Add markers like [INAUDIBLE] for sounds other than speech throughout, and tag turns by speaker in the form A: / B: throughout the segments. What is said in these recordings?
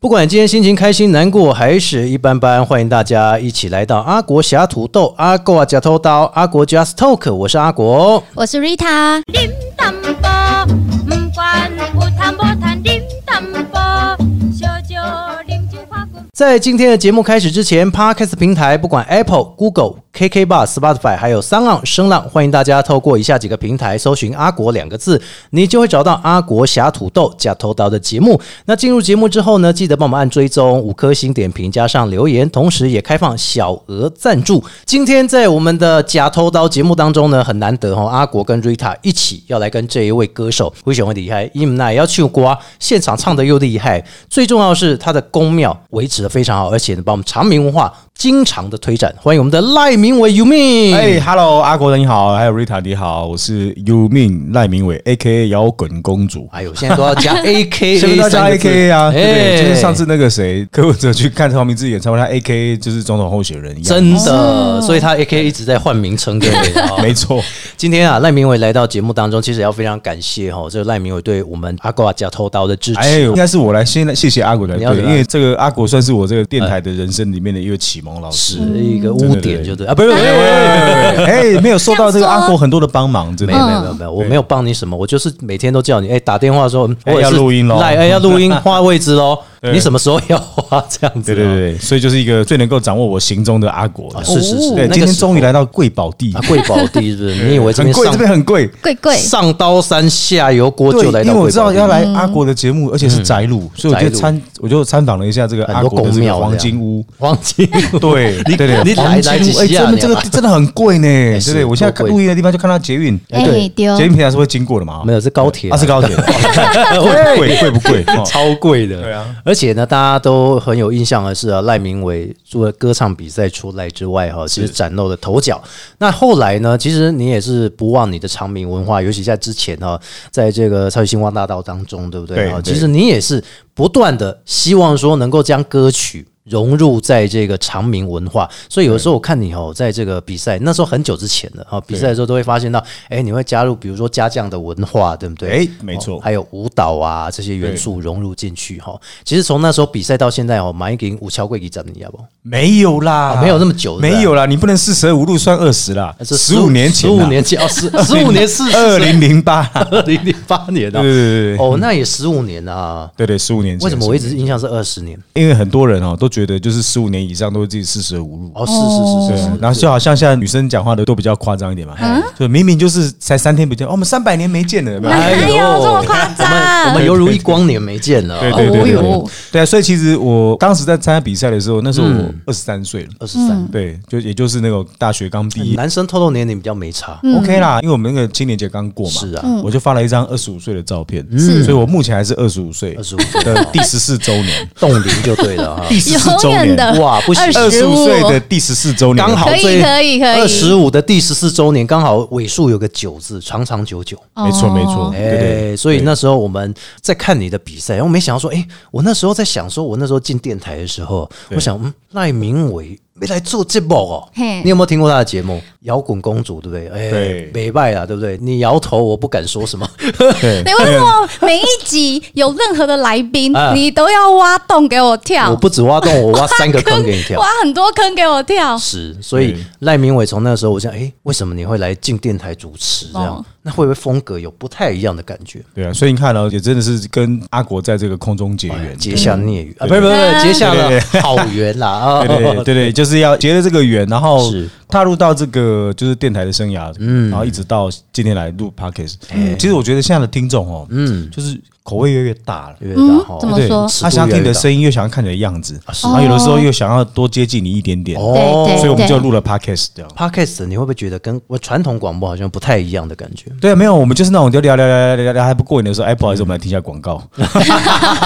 A: 不管今天心情开心、难过还是一般般，欢迎大家一起来到阿国侠土豆、阿国啊假偷刀、阿国 Just Talk，我是阿国。
B: 我是 Rita，
C: điểm tâm bò mâm quan u tham bò than điểm tâm bò cho cho điểm chữ khoa quân
A: 在今天的节目开始之前，Podcast 平台不管 Apple、Google、KK Bar、Spotify 还有三浪、声浪，欢迎大家透过以下几个平台搜寻“阿国”两个字，你就会找到阿国侠土豆假头刀的节目。那进入节目之后呢，记得帮我们按追踪五颗星点评加上留言，同时也开放小额赞助。今天在我们的假头刀节目当中呢，很难得哦，阿国跟 Rita 一起要来跟这一位歌手非常的厉害，因为那也要去瓜，现场唱的又厉害，最重要的是他的宫庙维持的非常好，而且呢，把我们长明文化经常的推展。欢迎我们的赖明伟 u m i
D: 哎、h e l l o 阿国的你好，还有 Rita 你好，我是 U 命赖明伟，A K A 摇滚公主。
A: 哎呦，现在都要加 A K，
D: 现在大家 A K A 啊，对不对，
A: 哎
D: 就是上次那个谁柯文哲去看陶明志演唱会，他 A K A 就是总统候选人一样，
A: 真的，所以他 A K 一直在换名称，对不对？哦
D: [LAUGHS] 没错，
A: 今天啊，赖明伟来到节目当中，其实也要非常感谢哈、哦，这个赖明伟对我们阿瓜假偷刀的支持。
D: 哎，应该是我来先来谢谢阿国的，
A: 你要
D: 对，
A: 来
D: 因为这个阿国算是我这个电台的人生里面的一个启蒙老
A: 是
D: 师。
A: 一个污点，就
D: 嗯
A: 对啊，不是，不是不是
D: 哎，没有受到这个阿国很多的帮忙，真
A: 没
D: 的
A: 有没有没有没有，我没有帮你什么，我就是每天都叫你，哎，打电话说，嗯
D: 哎
A: 我也是
D: 要录音咯
A: 赖
D: [LAUGHS]
A: 哎，要录音画位置喽，
D: 对
A: 你什么时候要画这样子？
D: 对对对，对，所以就是一个最能够掌握我行踪的阿国。
A: 啊是是是，
D: 对，今天终于
A: 来
D: 来到贵宝地，
A: 啊贵宝地是不是？你以为这边
D: 很贵，这边
A: 上
D: 很贵。
B: 贵贵
A: 上刀山下油锅
D: 对，
A: 就来
D: 因
A: 到
D: 为我
A: 贵
D: 知道
A: 宝
D: 要
A: 地？嗯
D: 来阿国的节目，而且是宅路，所以我
A: 宅
D: 就
A: 路
D: 参我就参访了一下这个
A: 很
D: 阿
A: 多
D: 国的这
A: 公
D: 个
A: 庙
D: 黄
A: 这样 [LAUGHS]
D: 金屋。
A: 黄金屋
D: 对对对，
A: 你来
D: 黄金
A: 来几
D: 屋哎，
A: 下
D: 真
A: 你
D: 的这
A: 啊哎
D: 个真的很贵呢，对
A: 是
D: 不对？我现在看
A: 多贵
D: 录音的地方就看到捷运，
B: 哎
A: 对
B: 丢
D: 捷运平常是会经过的嘛？
A: 没有是高铁
D: 啊，是高铁，
A: [LAUGHS] 对
D: [LAUGHS] 贵贵不贵？哦
A: 超贵的，
D: 对啊。
A: 而且呢，大家都很有印象的是啊，赖明伟除了歌唱比赛出来之外，哈，其实崭露了头角。那后来呢，其实你也是不忘你的长明文化，尤其在之前哈，在这个超级星光大道当中，对不对？
D: 对
A: 哈
D: 对
A: 其实你也是不断的希望说能够将歌曲。融入在这个长明文化，所以有时候我看你哦，在这个比赛那时候很久之前了哈，比赛的时候都会发现到，哎、你会加入比如说家将的文化，对不对？
D: 哎没错
A: 哦还有舞蹈啊这些元素融入进去哈。其实从那时候比赛到现在哦，马英九五桥贵给整你要不？
D: 没有啦
A: 啊，没有那么久
D: 没有啦，你不能四舍五入算二十啦，十五年前
A: 哎十
D: 啊
A: 五
D: 啦，
A: 年前哦，十 [LAUGHS] 十五年是
D: 二零
A: [LAUGHS]
D: 零八，
A: 二零零八年啊，
D: 对对对对
A: 哦，那也十五年啊。
D: 对对，十五年前。
A: 为什么我一直印象是二十年？
D: 因为很多人哦都觉得就是十五年以上都会自己四舍五入
A: 哦，是是是是
D: 对
A: 是，，
D: 然后就好像现在女生讲话的都比较夸张一点嘛，就明明就是才三天不见，哦我们三百年没见了，有没有
B: 哎呦，这么夸
A: 我们我
B: 张
A: 们犹如一光年没见了，
D: 对对对对
B: 哦
D: 对
B: 哟，
D: 对啊，所以其实我当时在参加比赛的时候，那时候我二十三岁了，
A: 二十三。
D: 对，就也就是那种大学刚毕
B: 嗯
D: 业
A: 男生透露年龄比较没差，
D: ，OK 啦，因为我们那个青年节刚过嘛，
A: 是啊，
D: 我就发了一张二十五岁的照片，
B: 是
D: 所以我目前还是二十五岁
A: 25岁
D: 的第十四周年，
A: 冻龄就对了
D: [LAUGHS]
A: 哈。
D: 第十四周
B: 永远
D: 年，
B: 的
A: 哇不行
D: 二十
B: 25
D: 五岁的第十四周年，
A: 刚好
B: 可以
A: 这
B: 可以可以
A: 二十五的第十四周年，刚好尾数有个九字，长长久久。
D: 没错没错，
A: 哎、
D: 对对，
A: 所以
D: 对
A: 那时候我们在看你的比赛，然后没想到说，哎、我那时候在想说，我那时候进电台的时候，
D: 对
A: 我想，嗯，赖明伟没来做节目哦
B: 嘿，
A: 你有没有听过他的节目《摇滚公主》，对不对？哎、
D: 对
A: 北拜啊，对不对？你摇头，我不敢说
B: [LAUGHS]
A: 什么。
D: 对
B: 你为什么每一集有任何的来
A: [LAUGHS]
B: 宾
A: 啊，
B: 你都要挖洞给我跳
A: 我？不止挖洞，我挖三个坑给你
B: [LAUGHS]
A: 跳。
B: 挖很多坑给我跳，
A: 是，所以
D: 对
A: 赖明伟从那个时候，我想，哎、为什么你会来进电台主持？这样，
B: 哦
A: 那会不会风格有不太一样的感觉？
D: 对啊，所以你看哦，也真的是跟阿国在这个空中结缘，
A: 结下孽缘啊，
D: 对
A: 不是不是不是
B: 对
A: 结下了
D: 对
A: 好缘啦啊！ [LAUGHS]
D: 对对对对，就是要结了这个缘，然后
A: 是嗯
D: 踏入到这个就是电台的生涯，然后一直到今天来录 podcast。其实
A: 哎
D: 我觉得现在的听众哦，嗯，就是口味越来越大了。
A: 越大哈
B: 嗯怎么
D: 对
B: 说，
A: 尺度
D: 他想要听你
A: 越来越
D: 的
A: 大
D: 声音，又想要看你的样子，
A: 啊是
D: 然后有的时候又想要多接近你一点点，
A: 哦
B: 对对
D: 所以我们就录了 podcast 这样。
A: podcast 你会不会觉得跟我传统广播好像不太一样的感觉？
D: 对，啊没有，我们就是那种就聊聊聊聊聊聊还不过瘾的时
A: 嗯
D: 候，哎，不好意思，我们来听一下广告， [LAUGHS]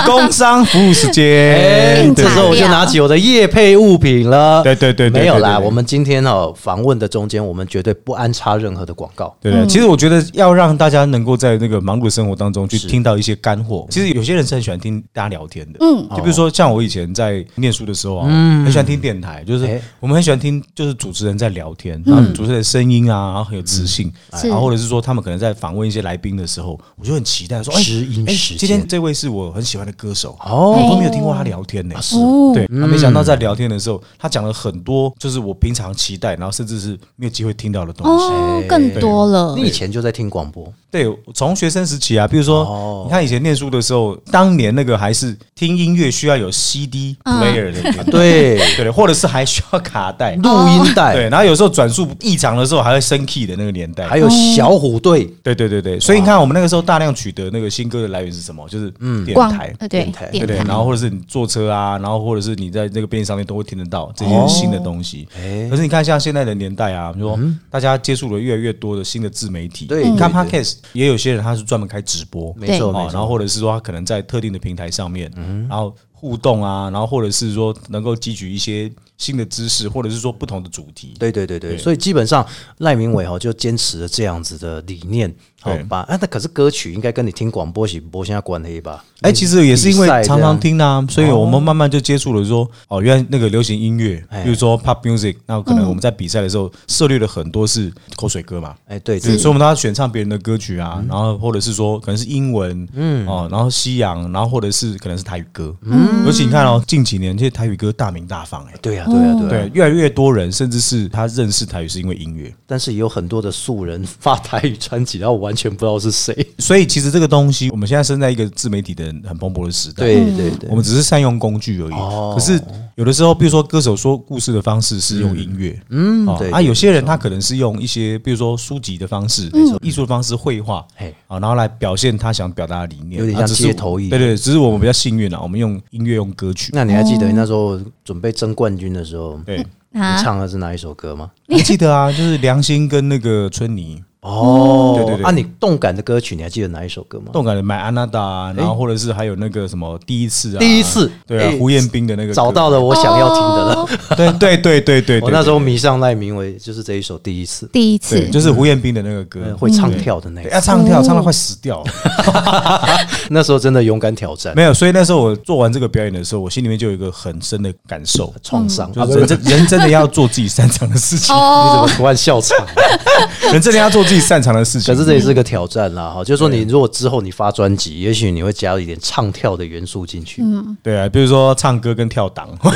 D: 工商服务时间，
A: 哎，
B: 硬
A: 这时候我就
B: 材料
A: 拿起我的业配物品了。
D: 对对对对对
A: 没有
D: 对
A: 啦。
D: 对对
A: 我们今天哦，访问的中间，我们绝对不安插任何的广告。
D: 对不对？其实我觉得要让大家能够在那个忙碌的生活当中去听到一些干货。其实有些人是很喜欢听大家聊天的，嗯，就比如说像我以前在念书的时候啊，很喜欢听电台，就是
A: 嗯哎嗯
D: 我们很喜欢听就是主持人在聊天，然后主持人的声音啊，然后很有磁性，哎然后或者是说他们可能在访问一些来宾的时候，我就很期待说，哎
A: 知音
D: 哎
A: 时间
D: 今天这位是我很喜欢的歌手，
A: 哦
D: 我都没有听过他聊天
A: 啊
D: 呢，是
B: 哦
D: 对，啊
A: 嗯
D: 他没想到在聊天的时候，他讲了很多就是我平常期待，然后甚至是没有机会听到的东西。
B: 哦，更多了
A: 你，以前就在听广播，
D: 对，从学生时期啊，比如
A: 哦
D: 说，你看以前念书的时候，当年那个还是听音乐需要有 CD
B: 嗯
D: player 的年代，
A: 对，
D: 对，或者是还需要
A: [LAUGHS]
D: 卡带，
A: 录音带，
D: 对，然后有时候转速异常的时候还会升 key 的那个年代
A: 还，有小虎队
D: 对对对对，所以你看我们那个时候大量取得那个新歌的来源是什么？就是
A: 嗯
D: 电
B: 广
D: 台。
B: 呃对
A: 电台
D: 对
B: 电
D: 对，
B: 台
D: 然后或者是你坐车啊，然后或者是你在那个便利商店都会听得到这
A: 哦
D: 些新的东西。
A: 哎嗯
D: 可是你看，像现在的年代啊，比如说大家接触了越来越多的新的自媒体，
A: 对
D: 你看
A: 对对
D: podcast 也有些人他是专门开直播，
A: 没错
D: 哦
A: 没错嗯
D: 然后或者是说他可能在特定的平台上面，然后互动啊，然后或者是说能够汲取一些新的知识，或者是说不同的主题。
A: 对对对对，
D: 对
A: 所以基本上赖明伟哦就坚持了这样子的理念，好
D: 对
A: 吧？啊，那可是歌曲应该跟你听广播是播现在关黑吧？
D: 哎，其实也是因为
A: 比赛这样哦
D: 常常听啊，所以我们慢慢就接触了说，哦，原来那个流行音乐
A: 哎，
D: 比如说 pop music，那可能我们在比赛的时候涉猎了很多是口水歌嘛，
A: 哎，对，
D: 对，
A: 这
D: 所以我们都要选唱别人的歌曲啊，
A: 嗯
D: 然后或者是说可能是英文，嗯，哦，然后西洋，然后或者是可能是台语歌，嗯，尤其你看哦，近几年这些台语歌大名大放，哎，
A: 对呀对呀对
D: 对
A: 呀，，
D: 越来越多人甚至是他认识台语是因为音乐，
A: 但是也有很多的素人发台语专辑，然后我完全不知道是谁。
D: 所以其实这个东西，我们现在生在一个自媒体的很蓬勃的时代，
A: 对对对
D: 我，们只是善用工具而已。
A: 哦
D: 可是有的时候，比如说歌手说故事的方式是用音乐，嗯
A: 对对嗯
D: 啊，有些人他可能是用一些，比如说书籍的方式、艺术的方式、绘画
A: 嘿，
D: 啊，然后来表现他想表达的理念，
A: 有点
D: 啊
A: 像
D: 只是
A: 街头艺
D: 对对，只是我们比较幸运啊，我们用音乐用歌曲。
A: 那你还记得你那时候准备争冠军的时候，
D: 对，
A: 你
B: 啊，
A: 唱的是哪一首歌吗？
D: 还记得啊，就是梁心跟那个春妮
A: 哦，
D: 对对对
A: 啊，你动感的歌曲，你还记得哪一首歌吗？
D: 动感的《买安娜达》，然后或者是还有那个什么第一次啊，
A: 第一次
D: 对啊
A: 哎，
D: 胡彦斌的那个歌
A: 找到了我想要听的了。
B: 哦
D: 对对对对对，
A: 我
D: 对
A: 那时候
D: 对
A: 迷上赖明伟，就是这一首第一次，
B: 第一次
D: 对，就是胡彦斌的那个歌
A: 呃，会唱跳的那
D: 嗯
A: 个
D: 对，要。哎啊唱
B: 哦
D: 跳唱到快死掉 [LAUGHS] 了。
A: 那时候真的勇敢挑战，
D: 没有，所以那时候我做完这个表演的时候，我心里面就有一个很深的感受，
A: 创伤啊！
D: 嗯就
A: 不是
D: 是人真人真的要做自己擅长的事情，
A: 你怎
B: 哦
A: 么，突然笑场？
D: [LAUGHS] 人真的要做自己擅长的事情。
A: 可是这也是个挑战啦，哈，就是说你如果之后你发专辑，也许你会加入一点唱跳的元素进去，
B: 嗯
D: 对啊，比如说唱歌跟跳
A: [LAUGHS]
D: 档，
A: 不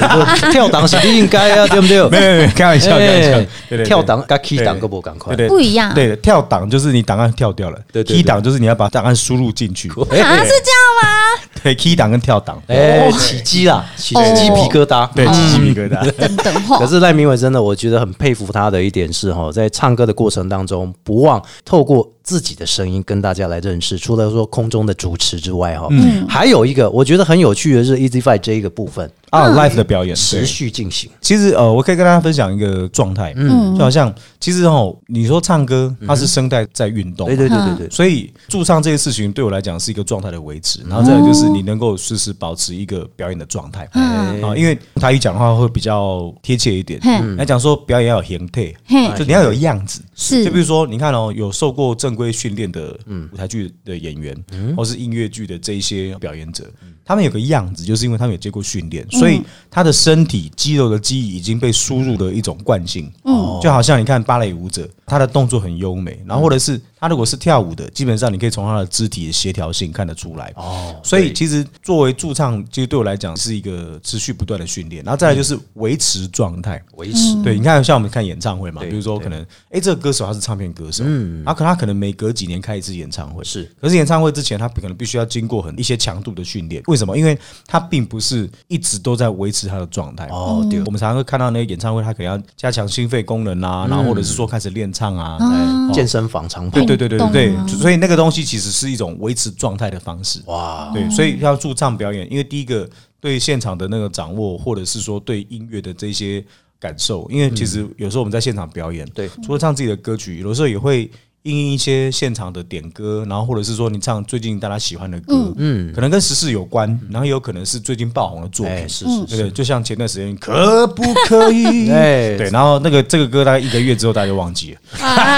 A: 跳档是你应该啊，对不对？
D: 没有没有，开玩笑，开玩笑
A: 哎，
D: 对对对
A: 跳档跟 key
D: 对
A: 档个不赶快
D: 对对
B: 不一样
D: 对的，跳档就是你档案跳掉了，
A: 对对对
D: key 档就是你要把档案输入进去，
B: 啊是这样吗？
D: 对，key 档跟跳档，
A: 哎，起鸡啦，起起鸡皮疙瘩，
B: 嗯
D: 对，起鸡皮
A: [LAUGHS]
D: 疙瘩。
B: 等等吼
A: 哎可，是赖明伟真的，我觉得很佩服他的一点是哈，在唱歌的过程当中，不忘透过自己的声音跟大家来认识。除了说空中的主持之外，哈，还有一个我觉得很有趣的是 Easy Five 这一个部分
D: 啊，live
B: 嗯
D: 的表演
A: 持
D: 对
A: 续进行，
D: 其实呃，我可以跟大家分享一个状态，嗯，就好像其实哦，你说唱歌，它是声带在运动嘛，
A: 嗯对对对对对，哦
D: 所以驻唱这件事情对我来讲是一个状态的维持，然后再来就是你能够时时保持一个表演的状态啊，因为台语讲话会比较贴切一点
B: 嘿。
D: 来讲说表演要有形态
B: 嘿，
D: 就你要有样子。
B: 是
D: 就比如说，你看哦，有受过正规训练的舞台剧的演员，或是音乐剧的这一些表演者，他们有个样子，就是因为他们有接过训练，所以他的身体肌肉的记忆已经被输入的一种惯性。嗯，就好像你看芭蕾舞者，他的动作很优美，然后或者是他如果是跳舞的，基本上你可以从他的肢体的协调性看得出来。
A: 哦，
D: 所以其实作为驻唱，其实对我来讲是一个持续不断的训练，然后再来就是维持状态。
A: 维持
D: 对，你看，像我们看演唱会嘛，
A: 嗯对
D: 比如说可能，哎、这个歌手他是唱片歌手，嗯，他可他可能每隔几年开一次演唱会，
A: 是，
D: 可是演唱会之前他可能必须要经过很一些强度的训练，为什么？因为他并不是一直都在维持他的状态。
A: 哦，对
D: 我们常常会看到那个演唱会，他可能要加强心肺功能啊，然后或者
A: 嗯
D: 是说开始练唱啊，
A: 哎健身房长跑
D: 对，对对对对对
B: 运动啊
D: 就所以那个东西其实是一种维持状态的方式。
A: 哇，
D: 对，所以要驻唱表演，因为第一个对现场的那个掌握，或者是说对音乐的这些感受，因为其实有时候我们在现场表演，
A: 对，
D: 除了唱自己的歌曲，有的时候也会应应一些现场的点歌，然后或者是说你唱最近大家喜欢的歌，嗯，可能跟时事有关，然后也有可能是最近爆红的作
A: 哎
D: 品，
A: 是是，
D: 对对，就像前段时间可不可以
A: [LAUGHS] 哎
D: 对，然后那个这个歌大概一个月之后大家就忘记了，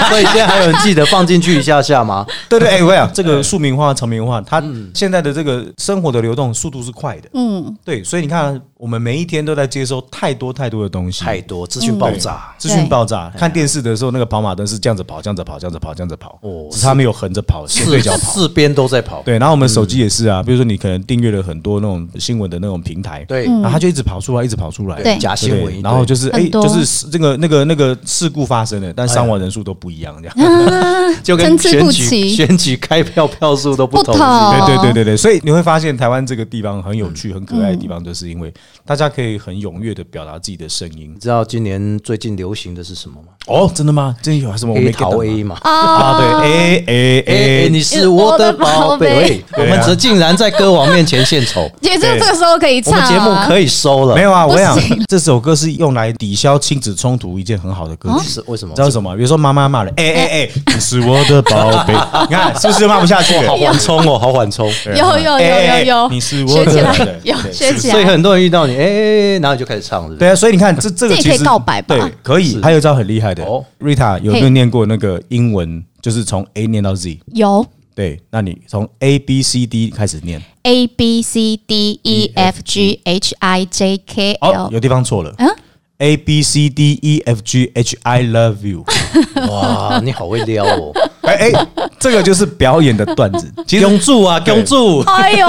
A: 所以现在还有人记得放进去一下下吗？[LAUGHS]
D: 对对，哎，我想这个庶民化、长民化，它
A: 嗯
D: 现在的这个生活的流动速度是快的，
B: 嗯，
D: 对，所以你看，啊我们每一天都在接收太多太多的东西，
A: 太多资
D: 嗯
A: 讯爆炸，
D: 资讯爆炸。看电视的时候，那个跑马灯是这样子跑，这样子跑，这样子跑，这样子跑，
A: 哦
D: 哦，只是它没有横着跑，斜对
A: 四
D: 角跑。
A: 四边都在跑，
D: 对，然后我们手机也是啊，比如说你可能订阅了很多那种新闻的那种平台，
A: 对
D: 然后它就一直跑出来，一直跑出来，
B: 嗯对
A: 假新
D: 对
A: 闻一堆，
D: 然后就是哎，
B: 很多
D: 就是这个那个那个事故发生了，但伤亡人数都不一样，这
B: [LAUGHS]
D: 样。
A: 就跟
B: 参差
A: 选
B: 不
A: 举
B: 齐
A: 选举开票票数都不同
B: 不，同
D: 哎对对对对
B: 哦
D: 对，所以你会发现台湾这个地方很有趣、
B: 嗯
D: 很可爱的地方，就是因为大家可以很踊跃的表达自己的声音
A: 你。知道今年最近流行的是什么吗？
D: 哦，真的吗？真有什么我没
A: 黑
D: get 到
A: 桃
D: 吗
A: A 嘛。
B: 哦
D: 啊？对，A
A: 哎、
D: A
A: 你
D: A，
A: 是我的宝
B: 我的宝
A: 贝
B: 贝。
A: 我
D: 对
A: 们
D: 啊
A: 这竟然在歌王面前献丑，
B: 也就这个时候可以
A: 我
B: 唱
A: 们
B: 啊。
A: 节目可以收了。
D: 没有啊，我想
B: 不行
D: 这首歌是用来抵消亲子冲突一件很好的歌曲。
A: 是为什么
D: 你知？道为什么吗？比如说妈妈骂人，哎哎哎，
B: 哦
D: 你是我的
B: [LAUGHS]
D: 宝贝，你看是不是骂不下去？
A: 好缓冲 [LAUGHS] 哦，好缓冲。
D: 对
B: 有有有
D: 哎哎
B: 有有
D: 你是我
B: 学起
D: 的
B: 来
D: 宝贝，
B: 有
D: 对
B: 学起
A: 所以
B: 来。
A: 很多人遇到你，哎、然后你就开始唱，是不是？
D: 对啊，所以你看，这这
B: 这
D: 个
B: 也
D: 其
B: 可以
D: 实
B: 告白吧
D: 对，可以
A: 是。
D: 还有一招很厉害的
A: 哦
D: ，Rita 有没有念过那个英文？就是从 A 念到 Z，
B: 有
D: 对，那你从 A B C D 开始念。
B: A B C D E F G H I J K
D: 哦，
B: L，
D: 有地方错了。
B: 嗯
D: A B C D E F G H I love you。 [LAUGHS]
A: 哇，你好会撩哦！
D: 哎哎，这个就是表演的段
A: [LAUGHS]
D: 子。其实
A: 永住啊，
D: 对
A: 永住！
B: 哎
D: 对，没
B: 呦，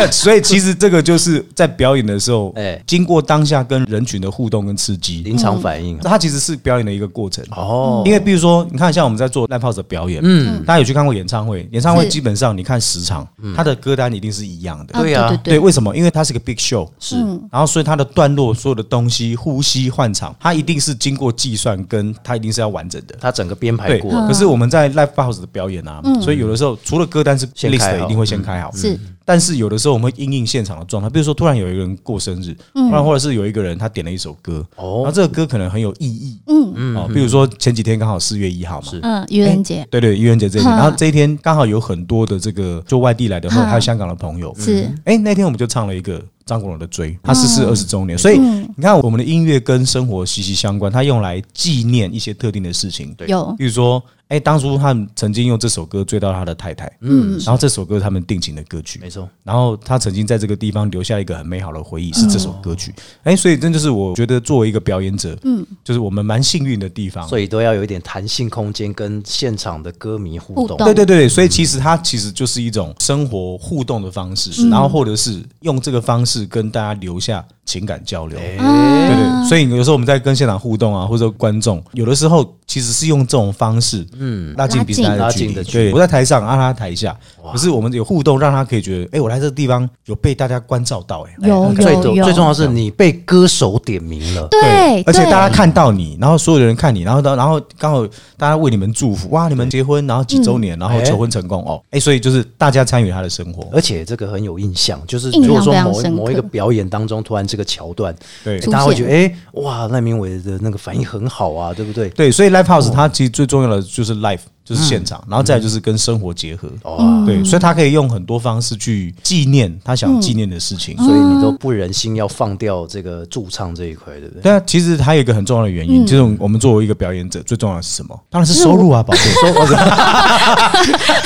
D: 有，所以其实这个就是在表演的时候
A: 哎，
D: 经过当下跟人群的互动跟刺激，
A: 临场反应啊
D: 它其实是表演的一个过程。
A: 哦，
D: 因为比如说，你看像我们在做 live house 的表演，嗯，大家有去看过演唱会？演唱会基本上你看十场，
A: 嗯
D: 它的歌单一定是一样的。
B: 啊
A: 对啊
D: 对，
B: 对对，
D: 为什么？因为它是个 big show，是，然后所以它的段落、所有的东西、呼吸、换场，它一定是经过计算，跟它一定是要完整的。
A: 他整个编排
D: 对，
A: 过了，
D: 可是我们在 live house 的表演啊，所以有的时候除了歌单是
A: 先开
D: list 的
A: 好
D: 一定会先开好，
B: 是
D: 但是有的时候我们会因应现场的状态，比如说突然有一个人过生日，突然或者是有一个人他点了一首歌，
A: 哦
D: 然后这个歌可能很有意义，嗯哦，比如说前几天刚好四月一号嘛，
B: 嗯，愚人节
D: 对对，愚人节这一天，
B: 嗯
D: 然后这一天刚好有很多的这个就外地来的，或者还有香港的朋友，
B: 是
D: 哎，那天我们就唱了一个张国荣的《追》，他逝世二十周年，所以你看我们的音乐跟生活息息相关，它用来纪念一些特定的事情，对
B: 有
D: 比如说，哎，当初他们曾经用这首歌追到他的太太，嗯，然后这首歌是他们定情的歌曲，
A: 没错。
D: 然后他曾经在这个地方留下一个很美好的回忆，是这首歌曲。哎、所以这就是我觉得作为一个表演者，嗯，就是我们蛮幸运的地方。
A: 所以都要有一点弹性空间，跟现场的歌迷互
B: 互
A: 动。
B: 动
D: 对对对，对所以其实它其实就是一种生活互动的方式，然后或者是用这个方式跟大家留下情感交流。对哎
B: 啊
D: 对，所以有时候我们在跟现场互动啊，或者观众，有的时候其实是用这种方式，嗯，拉近彼此
A: 拉
D: 的
A: 近
D: 距
A: 的
D: 离。
A: 距离
D: 对，我在台上，啊，他在台下，可是我们有互动，让他可以觉得，哎，我来这个地方有被大家关照到，哎，
B: 有
A: 最
B: 有
A: 重
B: 有，
A: 最重要的是你被歌手点名了，
B: 对，
D: 而且
B: 对
D: 大家看到你，然后所有的人看你，然后到然后刚好大家为你们祝福，哇，你们结婚，然后几周年，然后求婚成功哦，哎，所以就是大家参与他的生活，
A: 而且这个很有印象，就是
B: 印象
A: 如果说
B: 非常
A: 某一
B: 深刻
A: 某一个表演当中，突然这个桥段，
D: 对
A: 诶
B: 出
A: 大家会觉
B: 现
A: 得哎、诶哇，赖明伟的那个反应很好啊，对不对？
D: 对，所以 live house 它其实最重要的就是 live，就是现场，然后再来就是跟生活结合，
A: 哇，
D: 对，所以他可以用很多方式去纪念他想纪念的事情。
B: 嗯
A: 所以你都不忍心要放掉这个驻唱这一块，对不
B: [LAUGHS]
A: 对？
D: 对啊，其实还有一个很重要的原因，就是我们作为一个表演者，最重要的是什么？当然是收入啊，宝贝。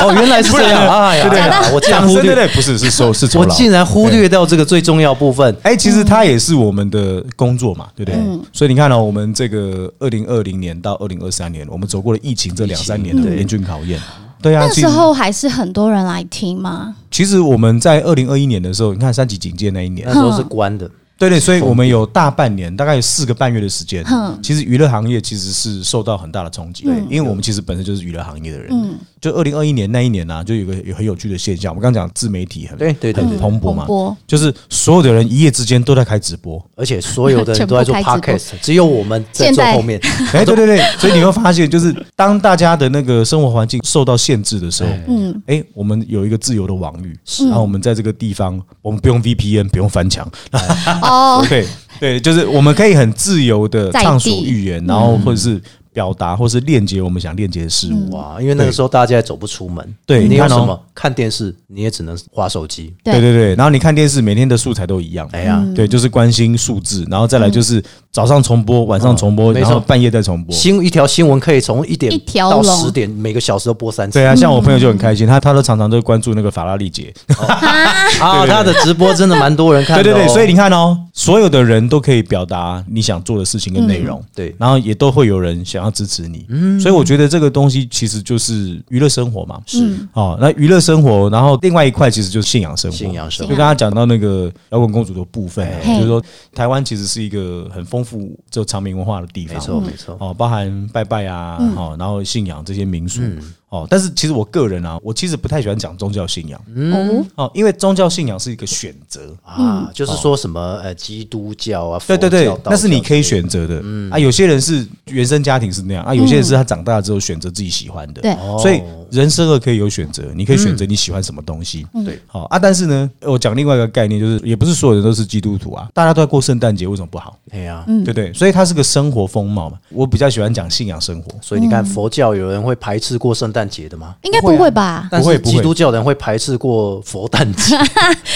A: 哦，原来是这样， [LAUGHS] 哎
B: [LAUGHS]
A: 呀，
D: 对
A: 哎呀我竟然
D: 掌声
A: 忽略，
D: 对对，不是是收是酬
A: 我
D: 劳。
A: 竟然忽略掉这个最重要部分。
D: 哎、其实它也是我们的工作嘛，对不对？所以你看哦，我们这个二零二零年到二零二三年，我们走过了疫情这两三年的严峻考验。对啊，
B: 那
D: 其
B: 时
D: 实
B: 候还是很多人来听吗？
D: 其实我们在二零二一年的时候，你看三级警戒那一年
A: 那，时候是关的，
B: 嗯
D: 对对，所以我们有大半年，大概有四个半月的时间。其实娱乐行业其实是受到很大的冲击，对，因为我们其实本身就是娱乐行业的人。就二零二一年那一年呢、啊就有一个有很有趣的现象，我们刚刚讲自媒体很
A: 对对对
B: 嗯
D: 很
A: 对，
D: 蓬勃嘛
B: 蓬，
D: [LAUGHS]
B: 勃
D: 就是所有的人一夜之间都在开直播。
A: 而且所有的人都在做
B: [LAUGHS] 全部开直
A: podcast，只有我们在
B: 现
A: 做
B: 在
A: 后面。
D: 哎，对对对，所以你会发现，就是当大家的那个生活环境受到限制的时候，嗯，哎，我们有一个自由的网域，然后我们在这个地方，我们不用 VPN，不用翻墙，
B: 哦，
D: 对对，就是我们可以很自由的
B: 在地
D: 畅所欲言，然后或者是表达或是链接我们想链接的事
B: 嗯
D: 物。
A: 哇，因为那个时候大家也走不出门，
D: 对
A: 你
D: 你
A: 有
D: 看
A: 什
D: 哦
A: 么看电视，你也只能划手机。
D: [LAUGHS] 对对对，然后你看电视，每天的素材都一样。
A: 哎呀，
B: 嗯
D: 对，就是关心数字，然后再来就是早上重播，晚上重播，
A: 嗯没
D: 然
A: 错
D: 后半夜再重播。
A: 新一条新闻可以从一点
B: 一条
A: 到
B: 龙
A: 十点，每个小时都播三次 [LAUGHS]
D: 对啊，像我朋友
B: 嗯
D: 就很开心，他他都常常都关注那个法拉利姐。
A: 啊！他的直播真的蛮多人看
D: 对
A: 的。
D: 对对，所以你看哦，所有的人都可以表达你想做的事情
B: 嗯
D: 跟内容，
A: 对
D: 然后也都会有人想要支持你。
A: 嗯
D: 所以我觉得这个东西其实就是娱乐生活嘛。是哦，那娱乐生活，然后另外一块其实就是信仰生活。
A: 信仰生
D: 就
A: 活哎
D: 刚刚讲到那个摇滚公主的部分啊，
B: 嘿
D: 就是说台湾其实是一个很丰富就长明文化的地方。
A: 没
B: 嗯
A: 错没错，
D: 哦，包含拜拜啊，哦，然后信仰这些民俗，
A: 嗯
D: 哦，但是其实我个人啊，我其实不太喜欢讲宗教信仰，
A: 嗯
B: 哦，
D: 哦，因为宗教信仰是一个选择，
A: 啊，就是说什么呃，基督教啊，
D: 对对
A: 佛
D: 对
A: 教，
D: 那是你可以。
A: 道教之类的嗯
D: 选择的，啊，有些人是原生家庭是那样，啊，有些人是他长大之后选择自己喜欢的，
B: 对
A: 哦
D: 所以人生而可以有选择，你可以选择你喜欢什么东西，
B: 嗯
A: 对
D: 好啊，但是呢，我讲另外一个概念，就是也不是所有人都是基督徒啊，大家都在过圣诞节，为什么不好？
A: 哎呀，
B: 嗯
D: 对不对？所以它是个生活风貌嘛，我比较喜欢讲信仰生活，
A: 所以你看佛教有人会排斥过圣诞节的吗？
B: 应该不会吧？
A: 但
D: 不会啊
A: 是
D: 不会
A: 基督教人会排斥过佛诞
D: [LAUGHS]
A: 节，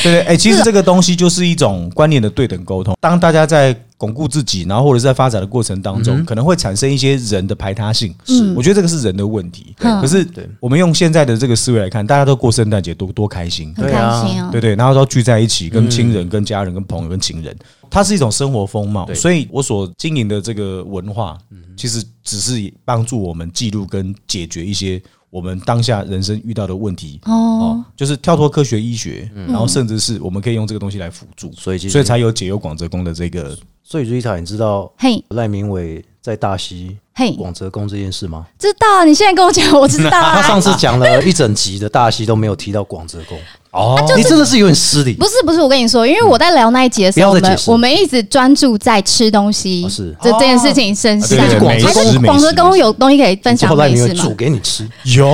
D: 对对，哎、其实这个东西就是一种观念的对等沟通。当大家在巩固自己，然后或者是在发展的过程当中，可能会产生一些人的排他性。是，我觉得这个是人的问题。
B: 嗯
D: 可是我们用现在的这个思维来看，大家都过圣诞节，多多开心。
B: 很
A: 对
B: 开
A: 啊
B: 心哦。
D: 对对，然后都聚在一起，跟亲人、跟家人、跟朋友、跟情人，它是一种生活风貌。
A: 对
D: 所以我所经营的这个文化，其实只是帮助我们记录跟解决一些我们当下人生遇到的问题。
B: 哦
D: 哦，，就是跳脱科学医学，然后甚至是我们可以用这个东西来辅助，
A: 所以其实
D: 所以才有解忧广泽宫的这个。
A: 所以 Rita，你知道
B: 嘿
A: 赖明伟在大溪
B: 嘿，
A: 广泽宫这件事吗？
B: 知道啊，你现在跟我讲，我知道
D: [LAUGHS]
A: 他
B: 啊。
A: 上次讲了一整集的大溪都没有提到广泽宫，
D: 哦，
A: 你真的是有点失礼
B: 不。是不是，我跟你说，因为我在聊那一集的时候，
A: 不
B: 我
A: 要再
B: 们
A: 解释了
B: 我们一直专注在吃东西
A: 哦是
B: 这这件事情身上
D: 啊对对。
A: 对
B: 还
A: 美食
B: 是广
D: 美
B: 德
D: 食
B: 公有东西可以分
A: 最
B: 享
A: 后赖
B: 美
A: 明
B: 食
A: 伟
B: 吗
A: 煮？给你吃，
D: 有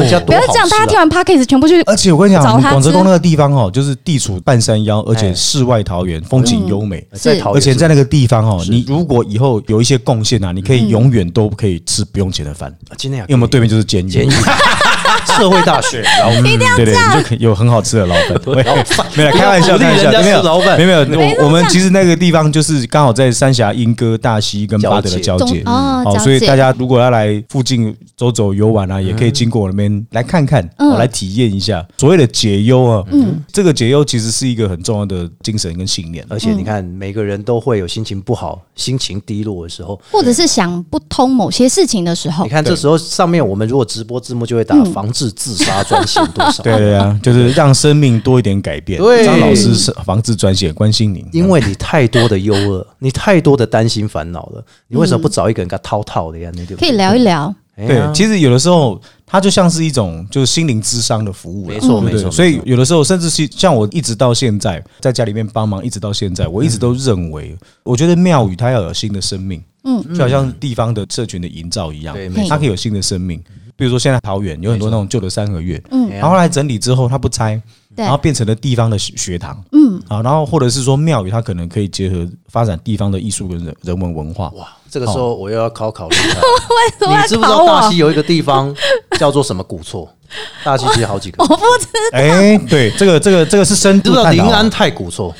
A: 人家
B: 不
A: 多
B: 要
A: 好
B: 这样，
A: 吃
B: 大家听
A: 啊！
B: 完 podcast 全部去
D: 而且我跟你
B: 找
D: 讲，
B: 他
D: 广泽宫
B: 吃
D: 那个地方哦，就是地处半山腰，而且世外桃源，风景优美。
B: 呃是
A: 在桃
D: 而
A: 园
D: 且在那
A: 个
D: 个地方哦，你如果以后有一些贡献啊，你可以永远都可以吃不用钱的饭，
A: 今天
D: 因为我们对面就是监狱，
A: 监狱社会大学，然后
D: 一定要对对，你就可以有很好吃的老粉。
A: [LAUGHS] 老板
D: [LAUGHS] 没有开玩笑，
A: 鼓励
D: 开玩
A: 人家
D: 笑，没有
A: 吃老板
D: 没有没有，我我们其实那个地方就是刚好在三峡、莺歌、大溪跟巴德的交界
B: 交界中哦交
D: 好
B: 界
D: 嗯所以大家如果要来附近走走游玩啊，也可以经过我那边来看看，
B: 嗯
D: 哦来体验一下所谓的解忧啊。这个解忧其实是一个很重要的精神跟信念。
B: 哦
A: 而且你看，每个人都会有心情不好、心情低落的时候。
B: 或者是想不通某些事情的时候
D: 嗯
A: 你，看，这时候上面我们如果直播字幕就会打“防治自杀专线多少”，
D: 对对啊，就是让生命多一点改变。
A: 对
D: 张老师是防治专线关心您，
A: 因为你太多的忧乐，你太多的担心烦恼了，你为什么不找一个人跟他掏掏的呀？你对不
B: 可以
A: 对？
B: 聊一聊。
A: 哎
D: 对
A: 呀，
D: 其实有的时候它就像是一种就是心灵智商的服务啦，
A: 没错
D: 对不对
A: 没错没错
D: 所以有的时候甚至是像我一直到现在在家里面帮忙，一直到现在，我
A: 嗯
D: 一直都认为，我觉得庙宇它要有新的生命，嗯，就好像地方的社群的营造一样
A: 对没，
B: 错
D: 它可以有新的生命。比如说现在桃园有很多那种旧的三合院，
A: 哎呀
D: 然后后来整理之后它不拆，
B: 对
D: 然后变成了地方的学学堂，嗯，啊，然后或者是说庙宇它可能可以结合发展地方的艺术跟人人文文化，
A: 哇，这个时候我又要考考虑 [LAUGHS] 一下，
B: 什么要
A: 哦你知不知
B: 考
A: 道
B: 我
A: 大溪有一个地方叫做什么古厝？大溪其实好几个，
B: [LAUGHS] 我不知，
D: 哎，对，这个这个这个是深
A: 你知
D: 度
A: 不知道
D: 探
A: 临
D: 讨啊。
A: 安太古厝？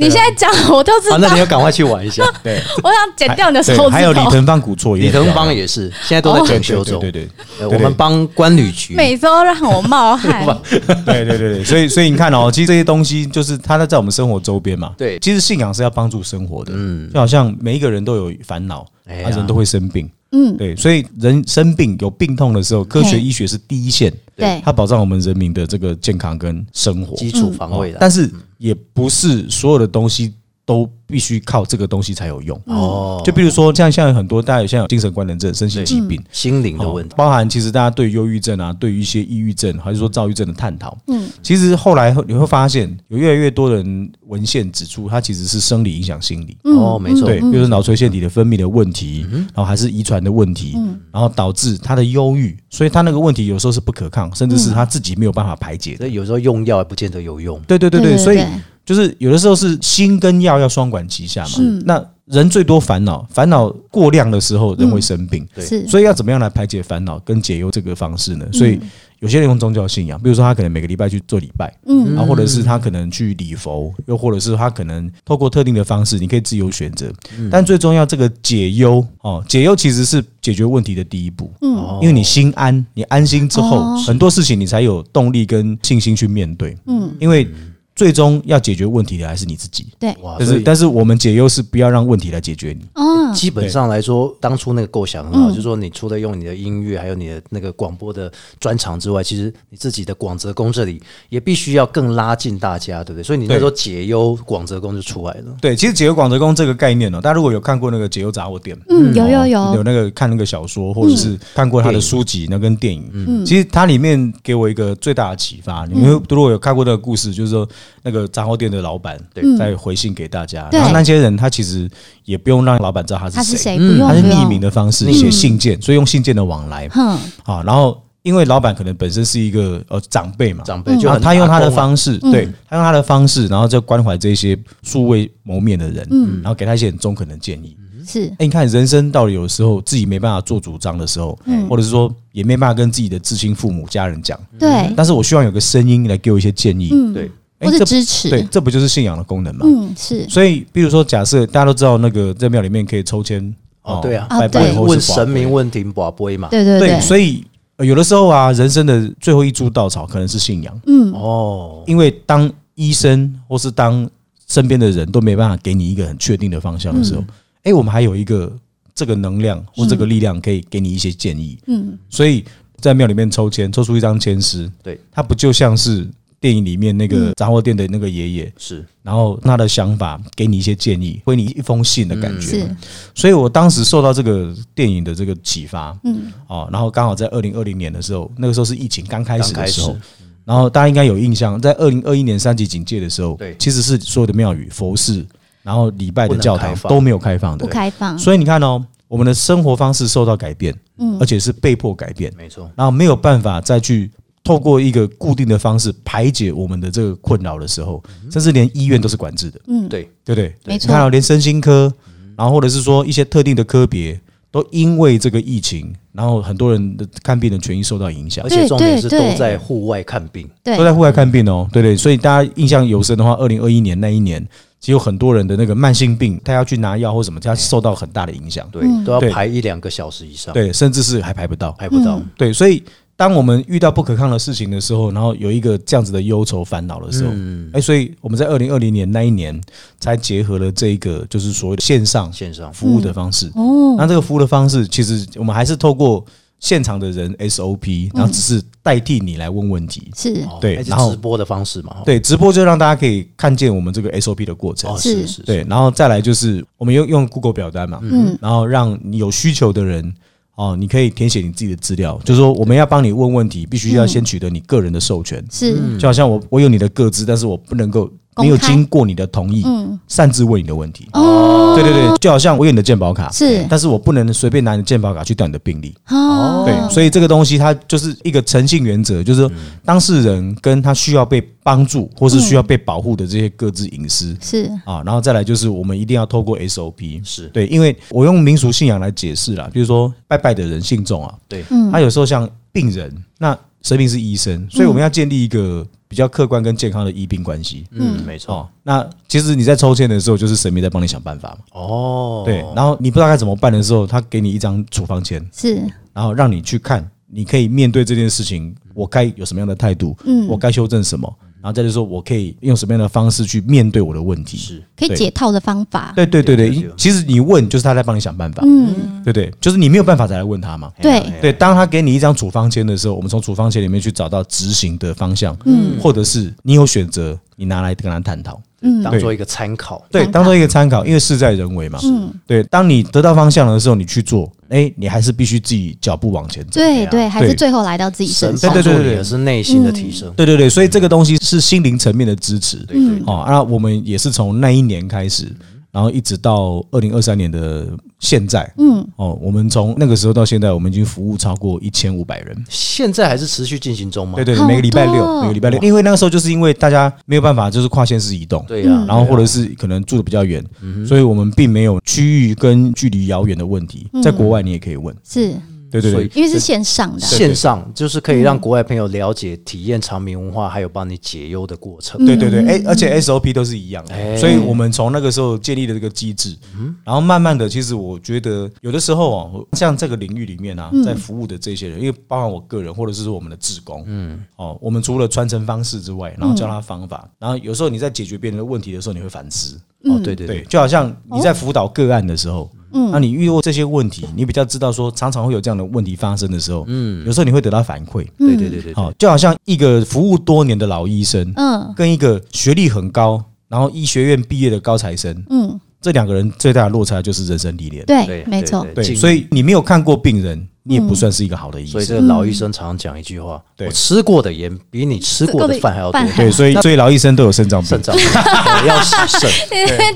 B: 你现在讲我就知
A: 啊，
B: 道。
A: 那你要赶快去玩
B: [LAUGHS]
A: 一下。
D: 对，
B: 我想剪哎掉你的手指
D: 对
B: 头。
D: 还有李腾芳古厝也
A: 李
D: 很
A: 腾
D: 漂亮，
A: 邦也是，现在都在整修中。
D: 对对对
A: 呃
D: 对对
A: 我们帮关旅局
B: 每周让我冒汗。
D: 对对对对，所以所以你看哦，其实这些东西就是它在我们生活周边嘛。
A: 对
D: 其实信仰是要帮助生活的，嗯，就好像每一个人都有烦恼，
A: 哎
D: 啊
A: 呀
D: 人都会生病，
B: 嗯，
D: 对，所以人生病有病痛的时候，科学医学是第一线，
B: [LAUGHS] 对
D: 它保障我们人民的这个健康跟生活
A: 基础防卫
D: 哦
B: 嗯
A: 的，
D: 但是也不是所有的东西都必须靠这个东西才有用。
B: 嗯
A: 哦，
D: 就比如说，像现在很多大家有现在有精神官能症、身心疾病，
A: 心灵的问
D: 哦
A: 题。
D: 包含其实大家对忧郁症啊，对于一些抑郁症还是说躁郁症的探讨。嗯，其实后来你会发现，有越来越多人文献指出，它其实是生理影响心理。
B: 嗯
A: 哦，没错，
D: 对，比如说脑垂腺体的分泌的问题，
A: 嗯
D: 然后还是遗传的问题，然后导致他的忧郁，所以他那个问题有时候是不可抗，甚至是他自己没有办法排解的
A: 所。以有时候用药也不见得有用。
D: 对对对
B: 对
D: 对，
B: 对
D: 所以
B: 对
D: 就是有的时候是心跟药要双管齐下嘛。那人最多烦恼，烦恼过量的时候人会生病。
A: 对
B: 是
D: 所以要怎么样来排解烦恼跟解忧这个方式呢？所以有些人用宗教信仰，比如说他可能每个礼拜去做礼拜，嗯，然后或者是他可能去礼佛，又或者是他可能透过特定的方式，你可以自由选择。
A: 嗯
D: 但最重要，这个解忧哦，解忧其实是解决问题的第一步，嗯，因哦为你心安，你安心之后，很多事情你才有动力跟信心去面对，嗯，因为最终要解决问题的还是你自己。
B: 对，
A: 哇，
D: 但
A: 哦所
D: 是，
A: 以
D: 但是我们解忧是不要让问题来解决你。
B: 嗯，
A: 基本上来说，当初那个构想很
D: 嗯
A: 好，就是说你除了用你的音乐，还有你的那个广播的专长之外，其实你自己的广泽宫这里也必须要更拉近大家，对不对？所以你那时候解忧广泽宫就出来了。
D: 对，其实解忧广泽宫这个概念呢、哦大家如果有看过那个解忧杂货店，哦
B: 嗯，有有
D: 有
B: 有，嗯
D: 那个看那个小说，或者是看过他的书籍，那跟电影，
A: 嗯
D: 其实它里面给我一个最大的启发。你
B: 嗯
D: 们如果有看过那个故事，就是说那个杂货店的老板
A: 对
D: 在回信给大家，
B: 嗯对
D: 然后那些人他其实也不用让老板知道他
B: 他
D: 是
B: 是
D: 谁，
B: 谁？不用
D: 他是
B: 不
D: 匿
B: 用嗯
D: 名的方式写信件，所以用信件的往来
B: 哼，
D: 啊，然后。因为老板可能本身是一个呃长辈嘛，
A: 长辈
B: 嗯
A: 就
D: 啊
A: 很
D: 他用他
A: 阿
D: 的
A: 公啊
D: 方式，对他用他的方式，然后再关怀这些素未谋面的人，
B: 嗯
D: 然后给他一些很中肯的建议。
B: 是
D: 哎、你看人生到底有时候自己没办法做主张的时候，
B: 嗯
D: 或者是说也没办法跟自己的至亲父母、家人讲，
B: 对，
D: 但是我希望有个声音来给我一些建议。
B: 嗯，
A: 对，
D: 嗯哎
B: 或者
D: 这
B: 支
D: 对，
B: 持，
D: 这不就是信仰的功能吗？
B: 嗯，是
D: 所以，比如说，假设大家都知道那个在庙里面可以抽签
A: 哦对啊
B: 啊
D: 拜拜
B: 对
D: 或
A: 问
D: 是保
A: 神明
D: 佑
A: 问题，宝贝嘛。
B: 对对
D: 对，所以呃有的时候啊，人生的最后一株稻草可能是信仰，
B: 嗯，
A: 哦，
D: 因为当医生或是当身边的人都没办法给你一个很确定的方向的时候，哎、我们还有一个这个能量或这个力量可以给你一些建议。
B: 嗯，
D: 所以在庙里面抽签，抽出一张签诗，
A: 对，
D: 它不就像是电影里面那个杂货店的那个爷爷，
A: 是
D: 然后他的想法给你一些建议，回你一封信的感觉。
B: 是
D: 所以我当时受到这个电影的这个启发，
B: 嗯，
D: 哦，然后刚好在二零二零年的时候，那个时候是疫情刚开始
A: 刚
D: 的
A: 开
D: 时
A: 始
D: 候。然后大家应该有印象，在二零二一年三级警戒的时候，
A: 对
D: 其实是所有的庙宇、佛寺，然后礼拜
A: 不
D: 的
A: 能
D: 教
A: 开
D: 堂
A: 放
D: 都没有开放的
B: 不，开放，嗯
D: 所以你看哦，我们的生活方式受到改变，而且是被迫改变，
A: 没错。
D: 然后没有办法再去透过一个固定的方式排解我们的这个困扰的时候，
A: 嗯
D: 甚至连医院都是管制的，
B: 嗯，
A: 对，
D: 对不对？
B: 没
D: 你
B: 错
D: 看到啊连身心科，然后或者是说一些特定的科别，都因为这个疫情，然后很多人的看病的权益受到影响
A: 而。且重点是
B: 对对
A: 都在户外看病，
B: 对
D: 都在户外看病哦，对对，所以大家印象尤深的话，二零二一年那一年，其实有很多人的那个慢性病，他要去拿药或什么，他受到很大的影响，
A: 对，都要
D: 对
A: 排一两个小时以上，，
D: 对，甚至是还排不到，
A: 排不到，
D: 对，所以当我们遇到不可抗的事情的时候，然后有一个这样子的忧愁烦恼的时候，哎、
B: 嗯
D: 所以我们在二零二零年那一年才结合了这一个就是所谓的线上
A: 线上
D: 服务的方式。
B: 哦，
D: 那这个服务的方式，其实我们还是透过现场的人 SOP，然后
B: 嗯
D: 只是代替你来问问题。
B: 是
A: 哦
D: 对
A: 还是
D: 然后
A: 直播的方式嘛，哦，
D: 对，直播就让大家可以看见我们这个 SOP 的过程。
A: 哦，
B: 是
A: 是是，
D: 对，然后再来就是我们用用 Google 表单嘛，
B: 嗯
D: 然后让你有需求的人哦，你可以填写你自己的资料，就是说我们要帮你问问题，必须要先取得你个人的授权，
B: 是
D: 就好像我我有你的个资，但是我不能够
B: 公开嗯
D: 没有经过你的同意，擅自问你的问题。
B: 哦，
D: 对对对，就好像我有你的健保卡，
B: 是
D: 但是我不能随便拿你的健保卡去断你的病历。
B: 哦，
D: 对，所以这个东西它就是一个诚信原则，就是说
A: 嗯
D: 当事人跟他需要被帮助或是需要被保护的这些各自隐私，
B: 是
D: 啊，然后再来就是我们一定要透过 SOP，
A: 是
D: 对，因为我用民俗信仰来解释啦，比如说拜拜的人信众啊，
A: 对，
D: 他有时候像病人，那生病是医生，所以我们要建立一个比较客观跟健康的医病关系。
A: 嗯，没错，
D: 哦，那其实你在抽签的时候，就是神明在帮你想办法嘛。
A: 哦，
D: 对，然后你不知道该怎么办的时候，他给你一张处方签，
B: 是
D: 然后让你去看，你可以面对这件事情，我该有什么样的态度，我该修正什么，然后再就是说我可以用什么样的方式去面对我的问题。
A: 是
B: 可以
D: 对
B: 解套的方法，
D: 对对对
A: 对对
D: 对
A: 对，
D: 其实你问就是他在帮你想办法，嗯，对对，就是你没有办法才来问他嘛。
B: 对
A: 嘿啊嘿啊
D: 对，当他给你一张处方签的时候，我们从处方签里面去找到执行的方向，嗯，或者是你有选择，你拿来跟他探讨，
A: 当做一个参考，
D: 对，
B: 参考
D: 当做一个参考，因为事在人为嘛。嗯，对，当你得到方向的时候，你去做，哎，你还是必须自己脚步往前走。
B: 对
A: 啊
B: 对，还是
D: 对
B: 最后来到自己身
A: 神
B: 上
A: 帮，
D: 对对
A: 助
D: 对
A: 你
D: 对嗯
A: 的是内心的提升，
D: 对对对，所以这个东西是心灵层面的支持。
B: 嗯
D: 啊
A: 对对，
D: 哦，那我们也是从那一年开始，然后一直到二零二三年的现在，嗯，哦，我们从那个时候到现在，我们已经服务超过一千五百人。
A: 现在还是持续进行中吗？
D: 对对，
B: 好
D: 每个礼拜
B: 多哦
D: 六，每个礼拜六，因为那个时候就是因为大家没有办法，就是跨县市移动，
A: 嗯对啊嗯呀，
D: 啊然后或者是可能住的比较远，所以我们并没有区域跟距离遥远的问题。在国外你也可以问，
B: 是
D: 对对
A: 嗯所
D: 对
A: 以，
B: 因为是线上的啊，
A: 线上就是可以让国外朋友了解、体验长明文化，还有帮你解忧的过程。
D: 对对对，哎，而且 SOP 都是一样
A: 嗯哎嗯
D: 的，所以我们从那个时候建立了这个机制，然后慢慢的，其实我觉得有的时候哦，像这个领域里面啊，
A: 嗯
D: 在服务的这些人，因为包含我个人或者是说我们的志工，嗯，哦，我们除了传承方式之外，然后
A: 嗯
D: 教他方法，然后有时候你在解决别人的问题的时候，你会反思，
A: 哦，对对
D: 对，
A: 对，
D: 就好像你在辅导个案的时候，嗯，那你遇到这些问题，你比较知道说常常会有这样的问题发生的时候，嗯，有时候你会得到反馈，
A: 对对对对，
D: 好，就好像一个服务多年的老医生，
B: 嗯
D: 跟一个学历很高，然后医学院毕业的高材生，
B: 嗯，
D: 这两个人最大的落差就是人生历练，
A: 对
B: 对，没错，
A: 对
D: 对，
A: 经
D: 所以你没有看过病人，你也不算是一个好的医
A: 所以
D: 生。
A: 这个老医生常常讲一句话：
D: 对
A: 我吃过的盐比你吃过的饭还要多
B: 饭。还
D: 对，所以所以老医生都有肾脏病
A: 肾，
D: [LAUGHS]
A: 脏，我要洗肾。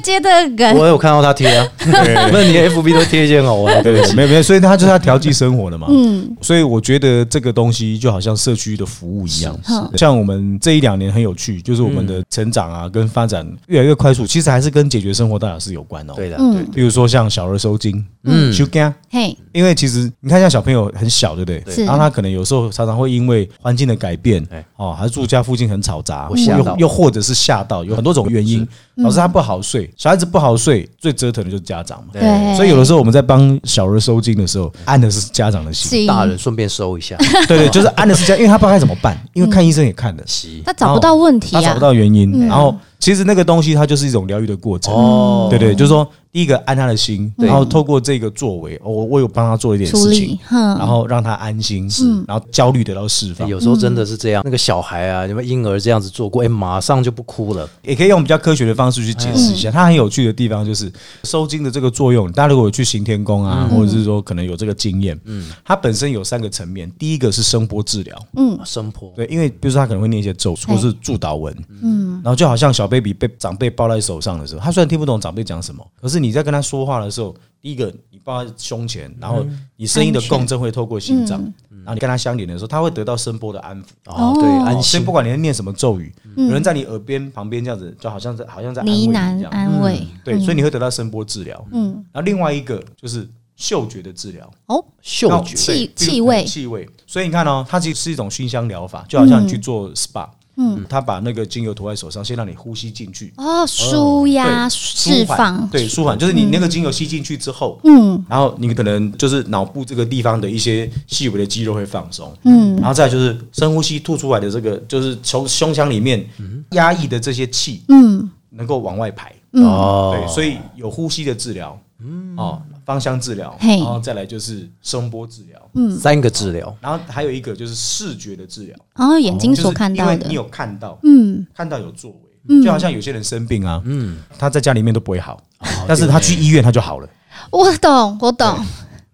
B: 接的梗
A: 我有看到他贴啊，那你 FB 都贴一些很好玩的。
D: 对，没有没有，所以他就是要调剂生活的嘛。嗯，所以我觉得这个东西就好像社区的服务一样，像我们这一两年很有趣，就是我们
B: 嗯
D: 的成长啊跟发展越来越快速，其实还是跟解决生活大小事有关哦。
A: 对，的，嗯对，
D: 比如说像小儿收精，嗯，收惊。
B: 嗯嘿，
D: 因为其实你看，像小朋友很小，对不对？
B: 是
D: 然后他可能有时候常常会因为环境的改变
A: 哎，
D: 哦，还是住家附近很嘈杂，
A: 我吓到
D: 又又或者是吓到，有很多种原因，
B: 嗯
D: 导致他不好睡。小孩子不好睡，最折腾的就是家长嘛。
B: 对，
D: 所以有的时候我们在帮小儿收精的时候，按的是家长的心，
B: 是
A: 大人顺便收一下，
D: [LAUGHS] 对对，就是按的是家，因为他不知道该怎么办，
B: 嗯
D: 因为看医生也看了，
A: 洗
B: 他找不到问题
D: 他找
B: 啊
D: 不，到原因，然后其实那个东西它就是一种疗愈的过程。
A: 哦，
D: 对对，就是说，第一个按他的心，然后透过这个作为，哦我我有帮他做一点
B: 处
D: 事情
B: 理，，嗯哼，
D: 然后让他安心，然后焦虑得到释
A: 哎
D: 放，
A: 有时候真
B: 嗯
A: 的是这样。那个小孩啊，你们婴儿这样子做过，哎，马上就不哭了。
D: 也可以用比较科学的方式去解释一
B: 嗯
D: 下。它很有趣的地方就是收精的这个作用，大家如果有去行天宫
B: 嗯
D: 啊，或者是说可能有这个经验，嗯，它本身有三个层面，第一个是声波治疗，
A: 生婆，
D: 对，因为比如说他可能会念一些咒术或是祝祷文，嗯，然后就好像小 baby 被长辈抱在手上的时候，他虽然听不懂长辈讲什么，可是你在跟他说话的时候，第一个你抱在胸前，然后
A: 嗯
D: 你声音的共振会透过心脏，嗯然后你跟他相连的时候，他会得到声波的安抚。
A: 哦，对，
D: 哦
A: 安
D: 所以
A: 心
D: 不。管你在念什么咒语，有人在你耳边旁边这样子，就好像在好像在安慰你
B: 呢
D: 一
B: 喃
D: 样。
B: 安慰，
D: 对，所以你会得到声波治疗。嗯，然后另外一个就是嗅觉的治疗，
B: 哦，
A: 嗅
D: 那
A: 觉，
B: 气
D: 对
B: 气味
D: 气味。所以你看哦，它其实是一种熏香疗法，就好像你去做 SPA，嗯，他把那个精油涂在手上，先让你呼吸进去，
B: 哦，舒压
D: 对
B: 释
D: 舒缓
B: 放，
D: 对，舒缓就是你那个精油吸进去之后，嗯，然后你可能就是脑部这个地方的一些细微的肌肉会放松，嗯，然后再来就是深呼吸吐出来的这个，就是从胸腔里面压抑的这些气，嗯，能够往外排，
B: 嗯
A: 哦，
D: 对，所以有呼吸的治疗，嗯，哦，芳香治疗，
B: 嘿
D: 然后再来就是声波治疗，
A: 三个治疗，
D: 然后还有一个就是视觉的治疗，
B: 然后哦
A: 哦
B: 眼睛
D: 哦就是
B: 所看到
D: 因为
B: 的
D: 你，有看到，
B: 嗯，
D: 看到有作为。就好像有些人生病啊，嗯，他在家里面都不会好，
A: 哦
D: 但是他去医院他就好了。
B: 我懂，我懂，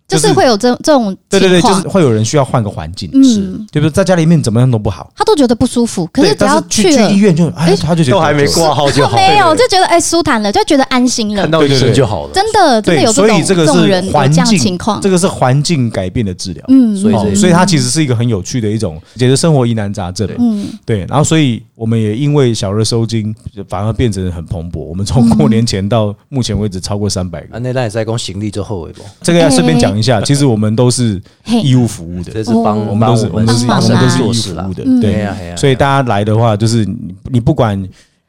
B: 就
D: 就是
B: 是会有这这种
D: 对对对，
B: 情
D: 就
B: 况
D: 是，会有人需要换个环境，是，
B: 嗯，
D: 对不对？在家里面怎么样都不好，
B: 他都觉得不舒服，可
D: 对，
B: 只
D: 但
B: 要
D: 是去去医
B: 了，哦
D: 院就哎，他就觉得
A: 都还没挂号就好，
B: 没有
A: 对
B: 就觉得哎舒坦了，就觉得安心了
A: 看，到医
D: 对对
A: 生
D: 对
A: 就好了。
B: 真的真的
D: 对，
B: 有这
D: 所以
B: 种
D: 这个
B: 种
D: 是
B: 人有
D: 环
B: 这样
D: 境
B: 情况
D: 这，个是环境改变的治疗。
B: 嗯，
A: 所以
D: 哦
A: 这
D: 所以它其实是一个很有趣的一种解决生活疑难杂症。嗯，对。然后，所以我们也因为小儿收精，反而变成很蓬勃。我们从过年前到目前为止超过三百个。
B: 嗯
A: 啊，那那也在讲行李之后尾不？
D: 这个要顺便讲一下，其实我们都是
B: 嘿
D: 义务服务的
A: 这。是帮
B: 哦
D: 我们都是
A: 帮
D: 我们都是
B: 帮忙啊嗯
D: 我们都
B: 啦
D: 是
A: 做
D: 义
A: 事
D: 务服务的，
A: 嘿
D: 对
A: 呀嘿呀
D: 所以大家来的话，就是你你不管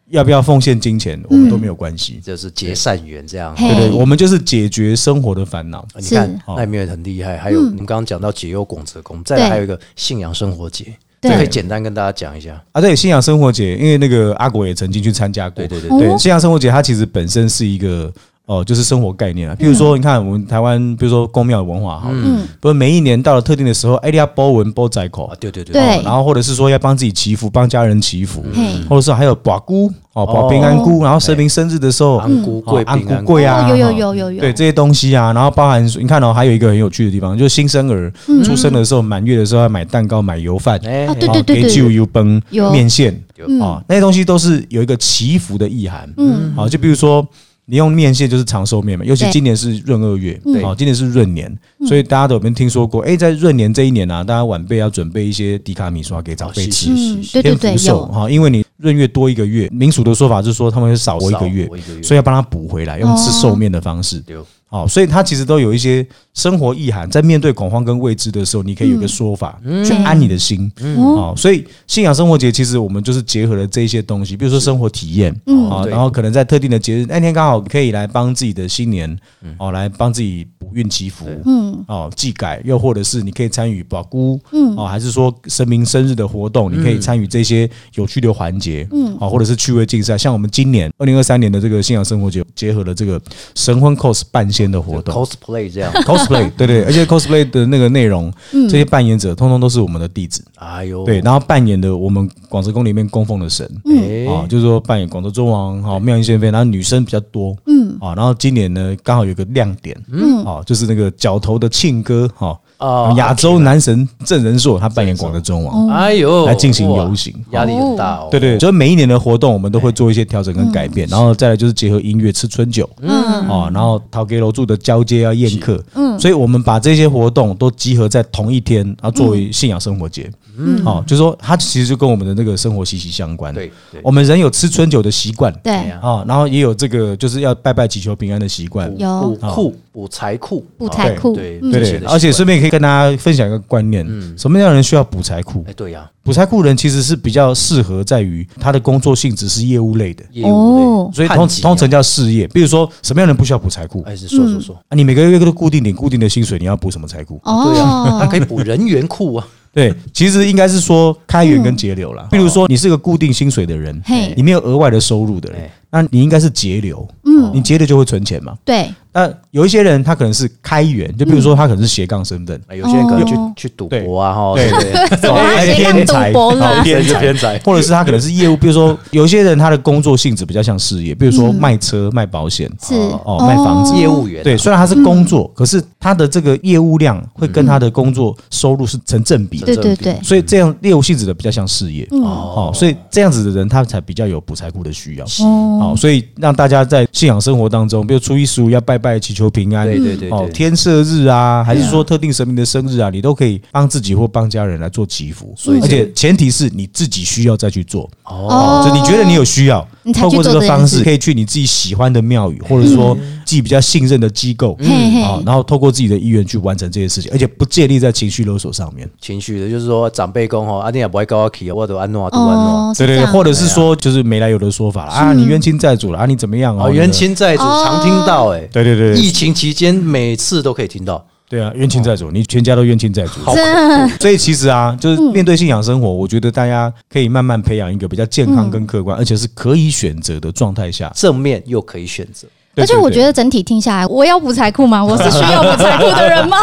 D: 要不要奉献金钱，我们都没有关系。
A: 就是结善缘这样。
B: 嘿
D: 对对，我们就是解决生活的烦恼。
A: 你
B: 是嗯
A: 看，
D: 哦
A: 那里面很厉害。还有我们刚刚讲到解忧广泽宫，再来
B: 对
A: 还有一个信仰生活节，这
B: 对
A: 可以简单跟大家讲一下。
D: 啊，对，信仰生活节，因为那个阿国也曾经去参加过。
A: 对对对
B: 对
D: 对，信仰生活节它其实本身是一个哦，就是生活概念啊。譬如说，你看我们台湾，比如说公庙文化哈，
A: 嗯
D: 不是每一年到了特定的时候，哎，你要包文包仔口
A: 啊，，对对对
B: 对
D: 然后或者是说要帮自己祈福，帮家人祈福，
B: 嗯
A: 嗯
B: 嘿
D: 或者是还有寡姑哦，保平安姑，然后神明生日的时候，
A: 安姑贵
D: 哦安
A: 平安
D: 姑贵啊，
B: 哦有有
D: 哈
B: 有有有，
D: 对这些东西啊，然后包含你看哦，还有一个很有趣的地方，就是新生儿出生的时候，满月的时候要买蛋糕、买油饭，
A: 哎
B: 啊，对
D: 然后哦给酒油崩
B: 有
D: 面线哦
A: 有
D: 嗯
B: 嗯
D: 啊，那些东西都是有一个祈福的意涵。嗯，好，就比如说。你用面线就是长寿面嘛，尤其
B: 对嗯
D: 今年是闰二月，哦
A: 对
D: 好，今年是闰年，所以大家都有没有听说过？哎，在闰年这一年啊，大家晚辈要准备一些迪卡米刷给长辈
A: 是
D: 吃
A: 是，
B: 嗯，对对
D: 天
B: 对
D: 福，寿哦
B: 有，
D: 哈，因为你闰月多一个月，民俗的说法是说他们会少活一
A: 少
D: 个月
A: 活一个月，
D: 所以要帮他补
B: 哦
D: 回来，用吃寿面的方式。
A: 对
D: 好，所以它其实都有一些生活意涵，在面对恐慌跟未知的时候，你可以
B: 嗯
D: 有一个说法、去安你的心。好，所以信仰生活节其实我们就是结合了这些东西，比如说生活体验，啊，
A: 对
D: 然后可能在特定的节日那天刚好可以来帮自己的新年，哦，来帮自己补运祈福，嗯，哦，祭改，又或者是你可以参与保姑，嗯，哦，还是说神明生日的活动，你可以参与这些有趣的环节，嗯，哦，或者是趣味竞赛，像我们今年二零二三年的这个信仰生活节，结合了这个神婚 cos 半仙的活动。
A: ，cosplay
D: [LAUGHS]
A: 这样，
D: cosplay，对对，而且 cosplay 的那个内容，这些扮演者通通都是我们的弟子，
A: 哎呦，
D: 对，然后扮演的我们广泽宫里面供奉的神，
A: 哎，
D: 啊，就是说扮演广州中王哈妙音仙妃，然后女生比较多，嗯，啊，然后今年呢刚好有个亮点，嗯，啊，就是那个角头的庆哥哈，
A: 哦
D: 亚洲男神郑仁硕，他扮演广州中王，
A: 哎呦，
D: 来进行
A: 哇
D: 游行
A: 压力很大哦。
D: 对对，就是每一年的活动我们都会做一些调整跟改变，然后再来就是结合音乐吃春酒，嗯，啊，然后陶给楼住的交接要宴客，嗯，所以我们把这些活动都集合在同一天，然后作为信仰生活节，嗯，好，就是说它其实就跟我们的那个生活息息相关，
A: 对对哎
D: 我们人有吃春酒的习惯，
B: 对，
D: 啊，然后也有这个就是要拜拜祈求平安的习惯。
A: 补
B: 有
A: 库补财库，
B: 补财库
A: 对
B: 嗯
D: 嗯哦对嗯
A: 这些的
D: 对，
A: 习惯
D: 而且顺便可以跟大家分享一个观念，什么样的人需要补财库
A: 哎，？对呀，
D: 补财库人其实是比较适合在于他的工作性质是业务类的，
A: 业务
B: 哦
A: 类
D: 所以
A: 判
D: 通
A: 级啊
D: 通常叫事业。比如说什么样的人不需要补财库？
A: 哎是说
B: 嗯
A: 说说，
D: 啊，你每个月都固定领固定的薪水，你要补什么财库？
A: 对啊，
B: 哦
D: [LAUGHS]
A: 它，可以补人员库啊，
D: 对，其实应该是说开源跟节流啦。比如说你是个固定薪水的人哎
B: 嘿，
D: 你没有额外的收入的人
A: 哎，
D: 那你应该是节流。嗯，你节流就会存钱嘛。
B: 对，
D: 那有一些人他可能是开源，就比如说他可能是斜杠身份，
A: 哎有些人可能去
B: 哦
A: 去赌博啊，哈，对对， [LAUGHS]
B: 怎么
D: 哎
B: 还斜杠赌博呢？
A: 偏就偏财，
D: 或者是他可能是业务，比如说有些人他的工作性质比较像事业，比如说卖车、卖保险，
B: 是
D: 哦卖房子
A: 业务员啊
D: 对，虽然他是工作，可是他的这个业务量会跟他的工作收入是成正比的，
B: 对对对，
D: 所以这样业务性质的比较像事业。
A: 哦
D: 哦，，所以这样子的人，他才比较有补财库的需要。
B: 哦
D: 哦，，所以让大家在信仰生活当中，比如初一十五要拜拜祈求平安，
A: 对对对
D: 哦，
A: 对，
D: 天赦日啊，还是说特定神明的生日啊，你都可以帮自己或帮家人来做祈福。
A: 所以这
D: 而
A: 个
D: 且前提是你自己需要再去做，
A: 哦，
D: 就你觉得你有需要
B: 你，才去
D: 透过这个
B: 做这件
D: 方式
B: 事
D: 可以去你自己喜欢的庙宇，或者说自己比较信任的机构。
B: 嘿嘿
D: 啊，然后透过自己的意愿去完成这些事情，而且不建立在情绪勒索上面。
B: 哦
A: 情绪的，就是说长辈公吼，阿弟也不会高我起，我都安诺都安诺，
B: 哦，是这样嗯
D: 或者是说啊就是没来由的说法了啊，你冤亲债主了啊，你怎么样啊？
A: 哦，冤，亲债主
B: 哦
A: 常听到，哎，
D: 对对对对
A: 疫情期间每次都可以听到，
D: 对啊，冤亲债主，你全家都冤亲债主，
A: 好
B: [LAUGHS] 这
D: 所以其实啊，就是
B: 嗯
D: 面对信仰生活，我觉得大家可以慢慢培养一个比较健康跟客观，
B: 嗯
D: 而且是可以选择的状态下。
A: 正面又可以选择，
D: 对
B: 而且我觉，
D: 对
B: 得整体听下来，我要补财库吗？我是需要补财库的人
D: [LAUGHS]
B: 吗？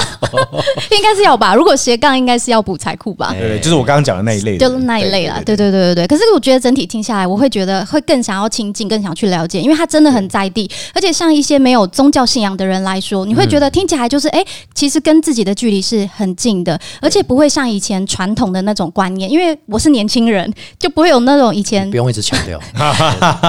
B: 应该是要吧。如果斜杠，应该是要补财库吧
D: 对，
A: 哎
D: 对对，就是我刚刚讲的那一类的，
B: 就是那一类啦。
D: 对
B: 对对对对对。可是我觉得整体听下来，我会觉得会更想要亲近，更想去了解，因为它真的很在地。而且像一些没有宗教信仰的人来说，你会
D: 嗯
B: 觉得听起来就是哎、诶其实跟自己的距离是很近的，而且不会像以前传统的那种观念，因为我是年轻人，就不会有那种以前
A: 不用一直强
D: [LAUGHS]
A: 调，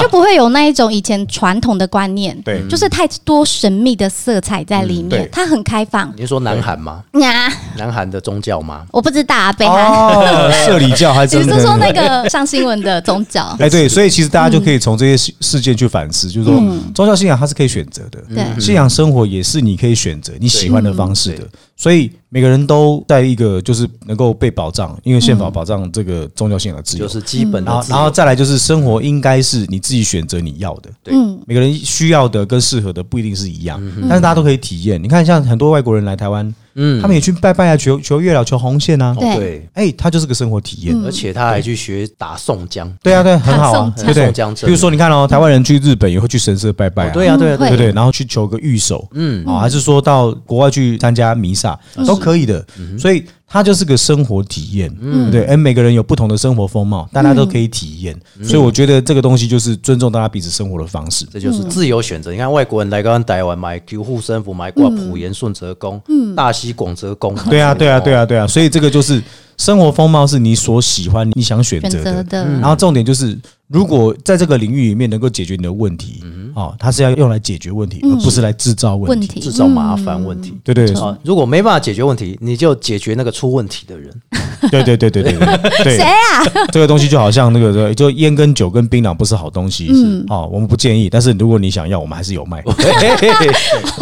B: 就不会有那一种以前传统的观念，
D: 对
B: 就是太多神秘的色彩在里
D: 嗯
B: 面，
D: 对
B: 它很开放。
A: 你是说南韩吗？
B: 呀、
A: 南韩的宗教吗？
B: 我不知道啊，北韩，
D: 哦，社里教还
B: 只
D: 真
B: 是
D: 的
B: 说那个上新闻的宗教
D: [LAUGHS] ，哎，对，所以其实大家就可以从这些事事件去反思，就是说宗教信仰它是可以选择的，
B: 嗯对
D: 信仰生活也是你可以选择你喜欢的方式
A: 嗯对
D: 的，所以每个人都在一个就是能够被保障，因为宪法保障这个宗教信仰的自由嗯
A: 就，是基本的
D: 然后
A: 自由，
D: 然后再来就是生活应该是你自己选择你要的，
A: 对
B: 嗯
D: 每个人需要的跟适合的不一定是一样，但是大家都可以体验。你看，像很多外国人来台湾，
A: 嗯
D: 他们也去拜拜啊，求求月老、求红线啊，
B: 对嗯
A: 对，
D: 哎，他就是个生活体验。
A: 而且他还去学打宋江，
D: 嗯对啊，对，很好啊，
B: 看
A: 宋
D: 对不对
A: 江？镇
D: 比如说，你看哦，台湾人去日本也会去神社拜拜啊，
A: 对呀对呀
B: 嗯
A: 对
D: 对
A: 呀
D: 不对？然后去求个御守，嗯，啊，还是说到国外去参加弥撒都可以的，所以它就是个生活体验，对不对？哎，每个人有不同的生活风貌，大家都可以体验，所以我觉得这个东西就是尊重大家彼此生活的方式。
A: 这就是自由选择。你看外国人来台湾台湾买 Q 护身符，买挂普盐顺泽宫、大溪广泽宫，
D: 嗯对啊，对啊，对
A: 啊，
D: 啊，对啊，所以这个就是生活风貌是你所喜欢、你想选
B: 选择
D: 择的。
A: 嗯
B: 的，
A: 嗯
D: 然后重点就是，如果在这个领域里面能够解决你的问题，啊、哦，它是要用来解决问题，而不是来制造问
B: 嗯问
D: 题。
B: 题
A: 制造麻烦问题。
D: 对对
A: 啊、如果没办法解决问题，你就解决那个出问题的人。
D: 对对对对对对，
B: [LAUGHS]
D: 对
B: 谁啊？
D: 这个东西就好像那个，就烟跟酒跟槟榔不是好东西，
B: 嗯
D: 哦，我们不建议。但是如果你想要，我们还是有卖。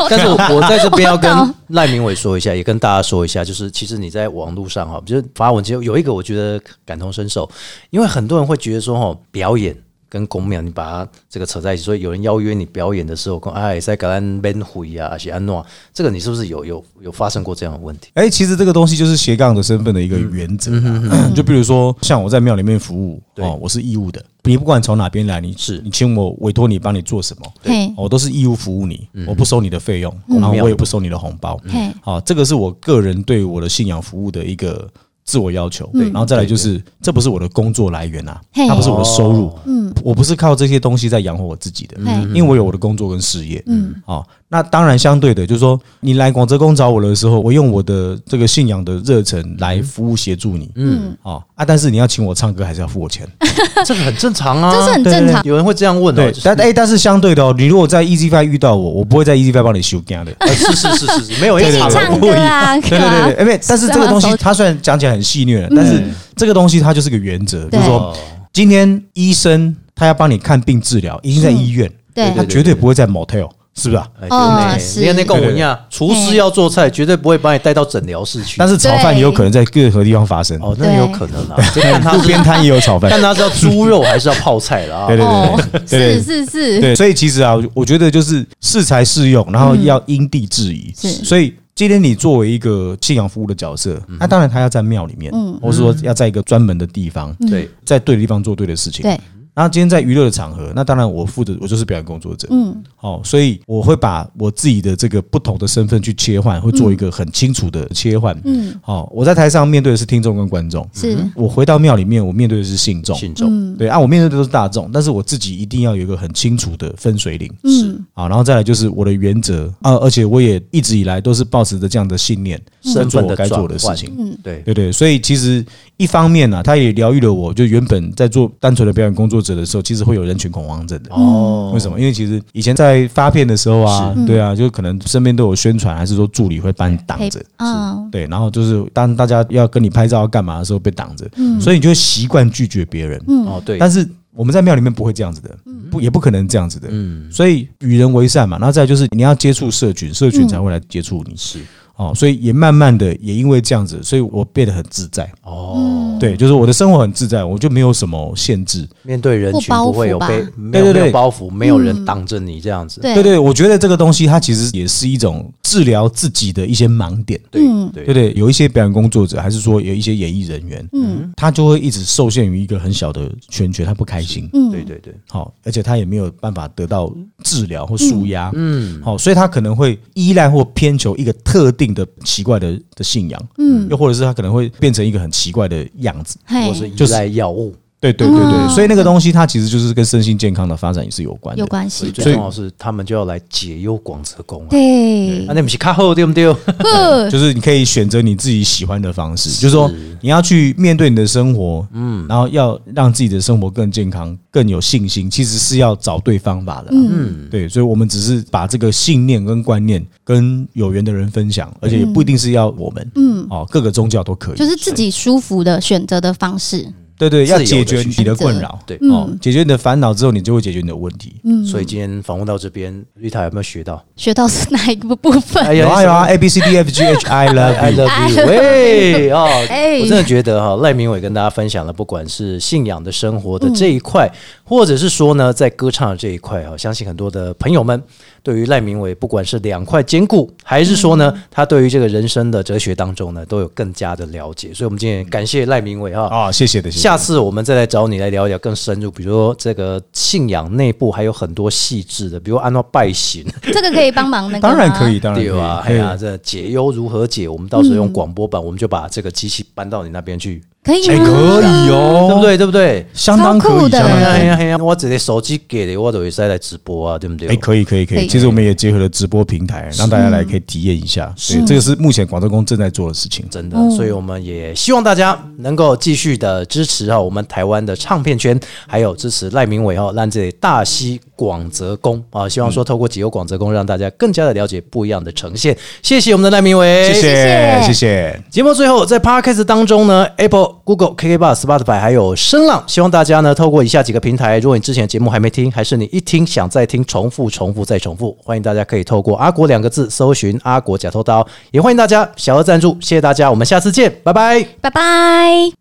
A: 但是我我在这边要跟赖明伟说一下，也跟大家说一下，就是其实你在网络上哈，就是发文，其实有一个我觉得感同身受，因为很多人会觉得说哈，表演。跟公庙，你把它这个扯在一起，所以有人邀约你表演的时候，说哎，在橄榄边回啊，还是安诺，这个你是不是有有有发生过这样的问题？
D: 哎、其实这个东西就是斜杠的身份的一个原
A: 嗯
D: 则、啊。就比如说，像我在庙里面服务，
A: 对
D: 哦，我是义务的。你不管从哪边来，你
A: 是
D: 你请我委托你帮你做什么，
B: 嘿
D: 我都是义务服务你，
A: 嗯
D: 我不收你的费用，然后我也不收你的红包。
B: 嘿，
D: 好，这个是我个人对我的信仰服务的一个自我要求。然后再来就是，这不是我的工作来源啊，
B: 嘿
D: 它不是我的收入
A: 哦，
D: 嗯，我不是靠这些东西在养活我自己的，
B: 嘿
D: 因为我有我的工作跟事业，嗯，好，那当然相对的，就是说你来广泽宫找我的时候，我用我的这个信仰的热忱来服务协助你，嗯，好啊，但是你要请我唱歌，还是要付我钱，
A: 这个很正常啊，
B: 这是很正常。
A: 有人会这样问的、
D: 对，但哎，但是相对的哦，你如果在 Easy Five 遇到我，我不会在 Easy Five 帮你修干的，
A: 呃是是是是是，没有
B: 一
A: 一
B: 起
A: 场
B: 唱歌 [LAUGHS] 啊，
D: 对对对对，因为但是这个东西
B: 手
D: 它虽然讲起来很戏谑了，但是这个东西它就是个原则，就
B: 对
D: 是说今天医生他要帮你看病治疗，已经在医院，
B: 对
D: 他绝对不会在 motel，是不是啊？
A: 哎
B: 哦
A: 对
B: 是
A: 你看那跟我一样，厨师要做菜，绝对不会把你带到诊疗室去。
D: 但是炒饭也有可能在任何地方发生，
A: 哦，那有可能 [LAUGHS] 啊，就看他
D: [LAUGHS] 路
A: 是
D: 边摊也有
A: [LAUGHS]
D: 炒饭
A: 看，他是要猪肉还是要泡菜了啊
D: 对？对
B: 哦
D: 对对，对对
B: 是是是，
D: 对，所以其实啊，我觉得就是适才适用，然后要因地制宜。
B: 是
D: 所以今天你作为一个信仰服务的角色，那当然他要在庙里面，或是说要在一个专门的地方，
B: 嗯
A: 对，
D: 在对的地方做对的事情。
B: 对，
D: 那今天在娱乐的场合，那当然我负责，我就是表演工作者，嗯，好、所以我会把我自己的这个不同的身份去切换，会做一个很清楚的切换，嗯，好、我在台上面对的是听众跟观众，
B: 是
D: 我回到庙里面，我面对的是信众，
A: 信
B: 嗯
A: 众
D: 对啊，我面对的都是大众，但是我自己一定要有一个很清楚的分水岭，
B: 嗯，
D: 啊，然后再来就是我的原则啊，而且我也一直以来都是保持着这样的信念，在
A: 身
D: 做
A: 份
D: 我
A: 的
D: 该
A: 转
D: 做的事
A: 换
D: 情，
B: 嗯
A: 对，
D: 对对，所以其实一方面呢、啊，他也疗愈了我，就原本在做单纯的表演工作者的时候，其实会有人群恐慌症的。
B: 嗯
A: 哦
D: 为什么？因为其实以前在发片的时候啊，对啊，就可能身边都有宣传，还是说助理会帮你挡
B: 陪
D: 着。
B: 嗯，
D: 对，然后就是当大家要跟你拍照要干嘛的时候被挡着，所以你就会习惯拒绝别人。
A: 哦
B: 嗯
A: 对，
D: 但是我们在庙里面不会这样子的，不也不可能这样子的。
A: 嗯
D: 所以与人为善嘛，然后再来就是你要接触社群，社群才会来接触你。
A: 是
D: 哦，所以也慢慢的也因为这样子，所以我变得很自在。
B: 嗯
A: 哦，
D: 对，就是我的生活很自在，我就没有什么限制。
A: 面对人群不会有被
B: 不包袱吧嗯
A: 没有
D: 对对对
A: 没有包袱，没有人挡着你这样子。
B: 对
D: 对对，我觉得这个东西它其实也是一种治疗自己的一些盲点。
A: 对
D: 对
A: 对
D: 对，有一些表演工作者，还是说有一些演艺人员，嗯，他就会一直受限于一个很小的圈圈，他不开心，
A: 对对对，
D: 好，而且他也没有办法得到治疗或舒压，嗯，好，所以他可能会依赖或偏求一个特定的奇怪的的信仰，嗯，又或者是他可能会变成一个很奇怪的样子，
B: 嘿
A: 或，是依
D: 就是
A: 赖药物，
D: 对对对对，所以那个东西它其实就是跟身心健康的发展也是有关的，
B: 有关
A: 所以
B: 系的，
A: 最重要的是他们就要来解忧广泽宫啊。
B: 对
A: 啊，，你们是卡后对不对？
D: [LAUGHS]
B: 不
D: 就是你可以选择你自己喜欢的方式，就是说你要去面对你的生活，嗯，然后要让自己的生活更健康、更有信心，其实是要找对方法的，嗯，对，所以我们只是把这个信念跟观念跟有缘的人分享，而且也不一定是要我们，嗯，哦，各个宗教都可以
B: 就，是自己舒服的选择的方式，
D: 对对，
A: 自由
D: 要
A: 地
D: 解决
A: 去
D: 你的
B: 选择
D: 困扰，
A: 对
D: 哦，解决你的烦恼之后，你就会解决你的问题。
B: 嗯
A: 所以今天访问到这边，瑞塔有没有学到？
B: 学到是哪一个部分？
A: 哎
D: 有啊有啊，A B C D F G H I
A: I
D: love you。
A: love you，喂 [LAUGHS] 哦，
B: 哎
A: 我真的觉得哈，赖明伟跟大家分享了，不管是信仰的生活的这一块，或者是说呢，在歌唱的这一块哈，相信很多的朋友们对于赖明伟，不管是两块兼顾，还是说呢，他对于这个人生的哲学当中呢，都有更加的了解。所以，我们今天也感谢赖明伟哈，
D: 啊、谢谢的，谢谢。
A: 下次我们再来找你来聊一聊更深入，比如说这个信仰内部还有很多细致的，比如按照拜行，
B: 这个可以帮忙那个，
D: 当然可以，，当然
A: 对吧？
D: 可
A: 哎
D: 以。
A: 呀，这解忧如何解？我们到时候用广播版，我们就把这个机器搬到你那边去
B: 可以
D: 哎，
B: 吗？
D: 可以哦，
A: 对不？对？对不对？
D: 相当
B: 超
D: 可
B: 酷
D: 以，
B: 的
D: 相
A: 哎
D: 当
A: 呀
D: 可
A: 哎
D: 以。
A: 呀哎呀！我直接手机给的，我都会塞来直播啊，对不对？
D: 哎，可以，可以，可
B: 可
D: 以。
B: 以
D: 其实我们也结合了直播平台，让大家来可以体验一下。对，这个是目前广州工正在做的事情。
A: 真的，所以我们也希望大家能够继续的支持哈、我们台湾的唱片圈，还有支持赖明伟哈、让这里大西广泽宫啊，希望
D: 嗯
A: 说透过几个广泽宫，让大家更加的了解不一样的呈现。谢谢我们的赖明伟，
D: 谢谢，
B: 谢
D: 谢谢。
A: 节目最后，在 podcast 当中呢，Apple、Google、KK b o x Spotify 还有声浪，希望大家呢透过以下几个平台，如果你之前的节目还没听，还是你一听想再听，重复、重复再重复，欢迎大家可以透过“阿国”两个字搜寻“阿国假偷刀”，也欢迎大家小额赞助，谢谢大家，我们下次见，拜拜。
B: 拜拜。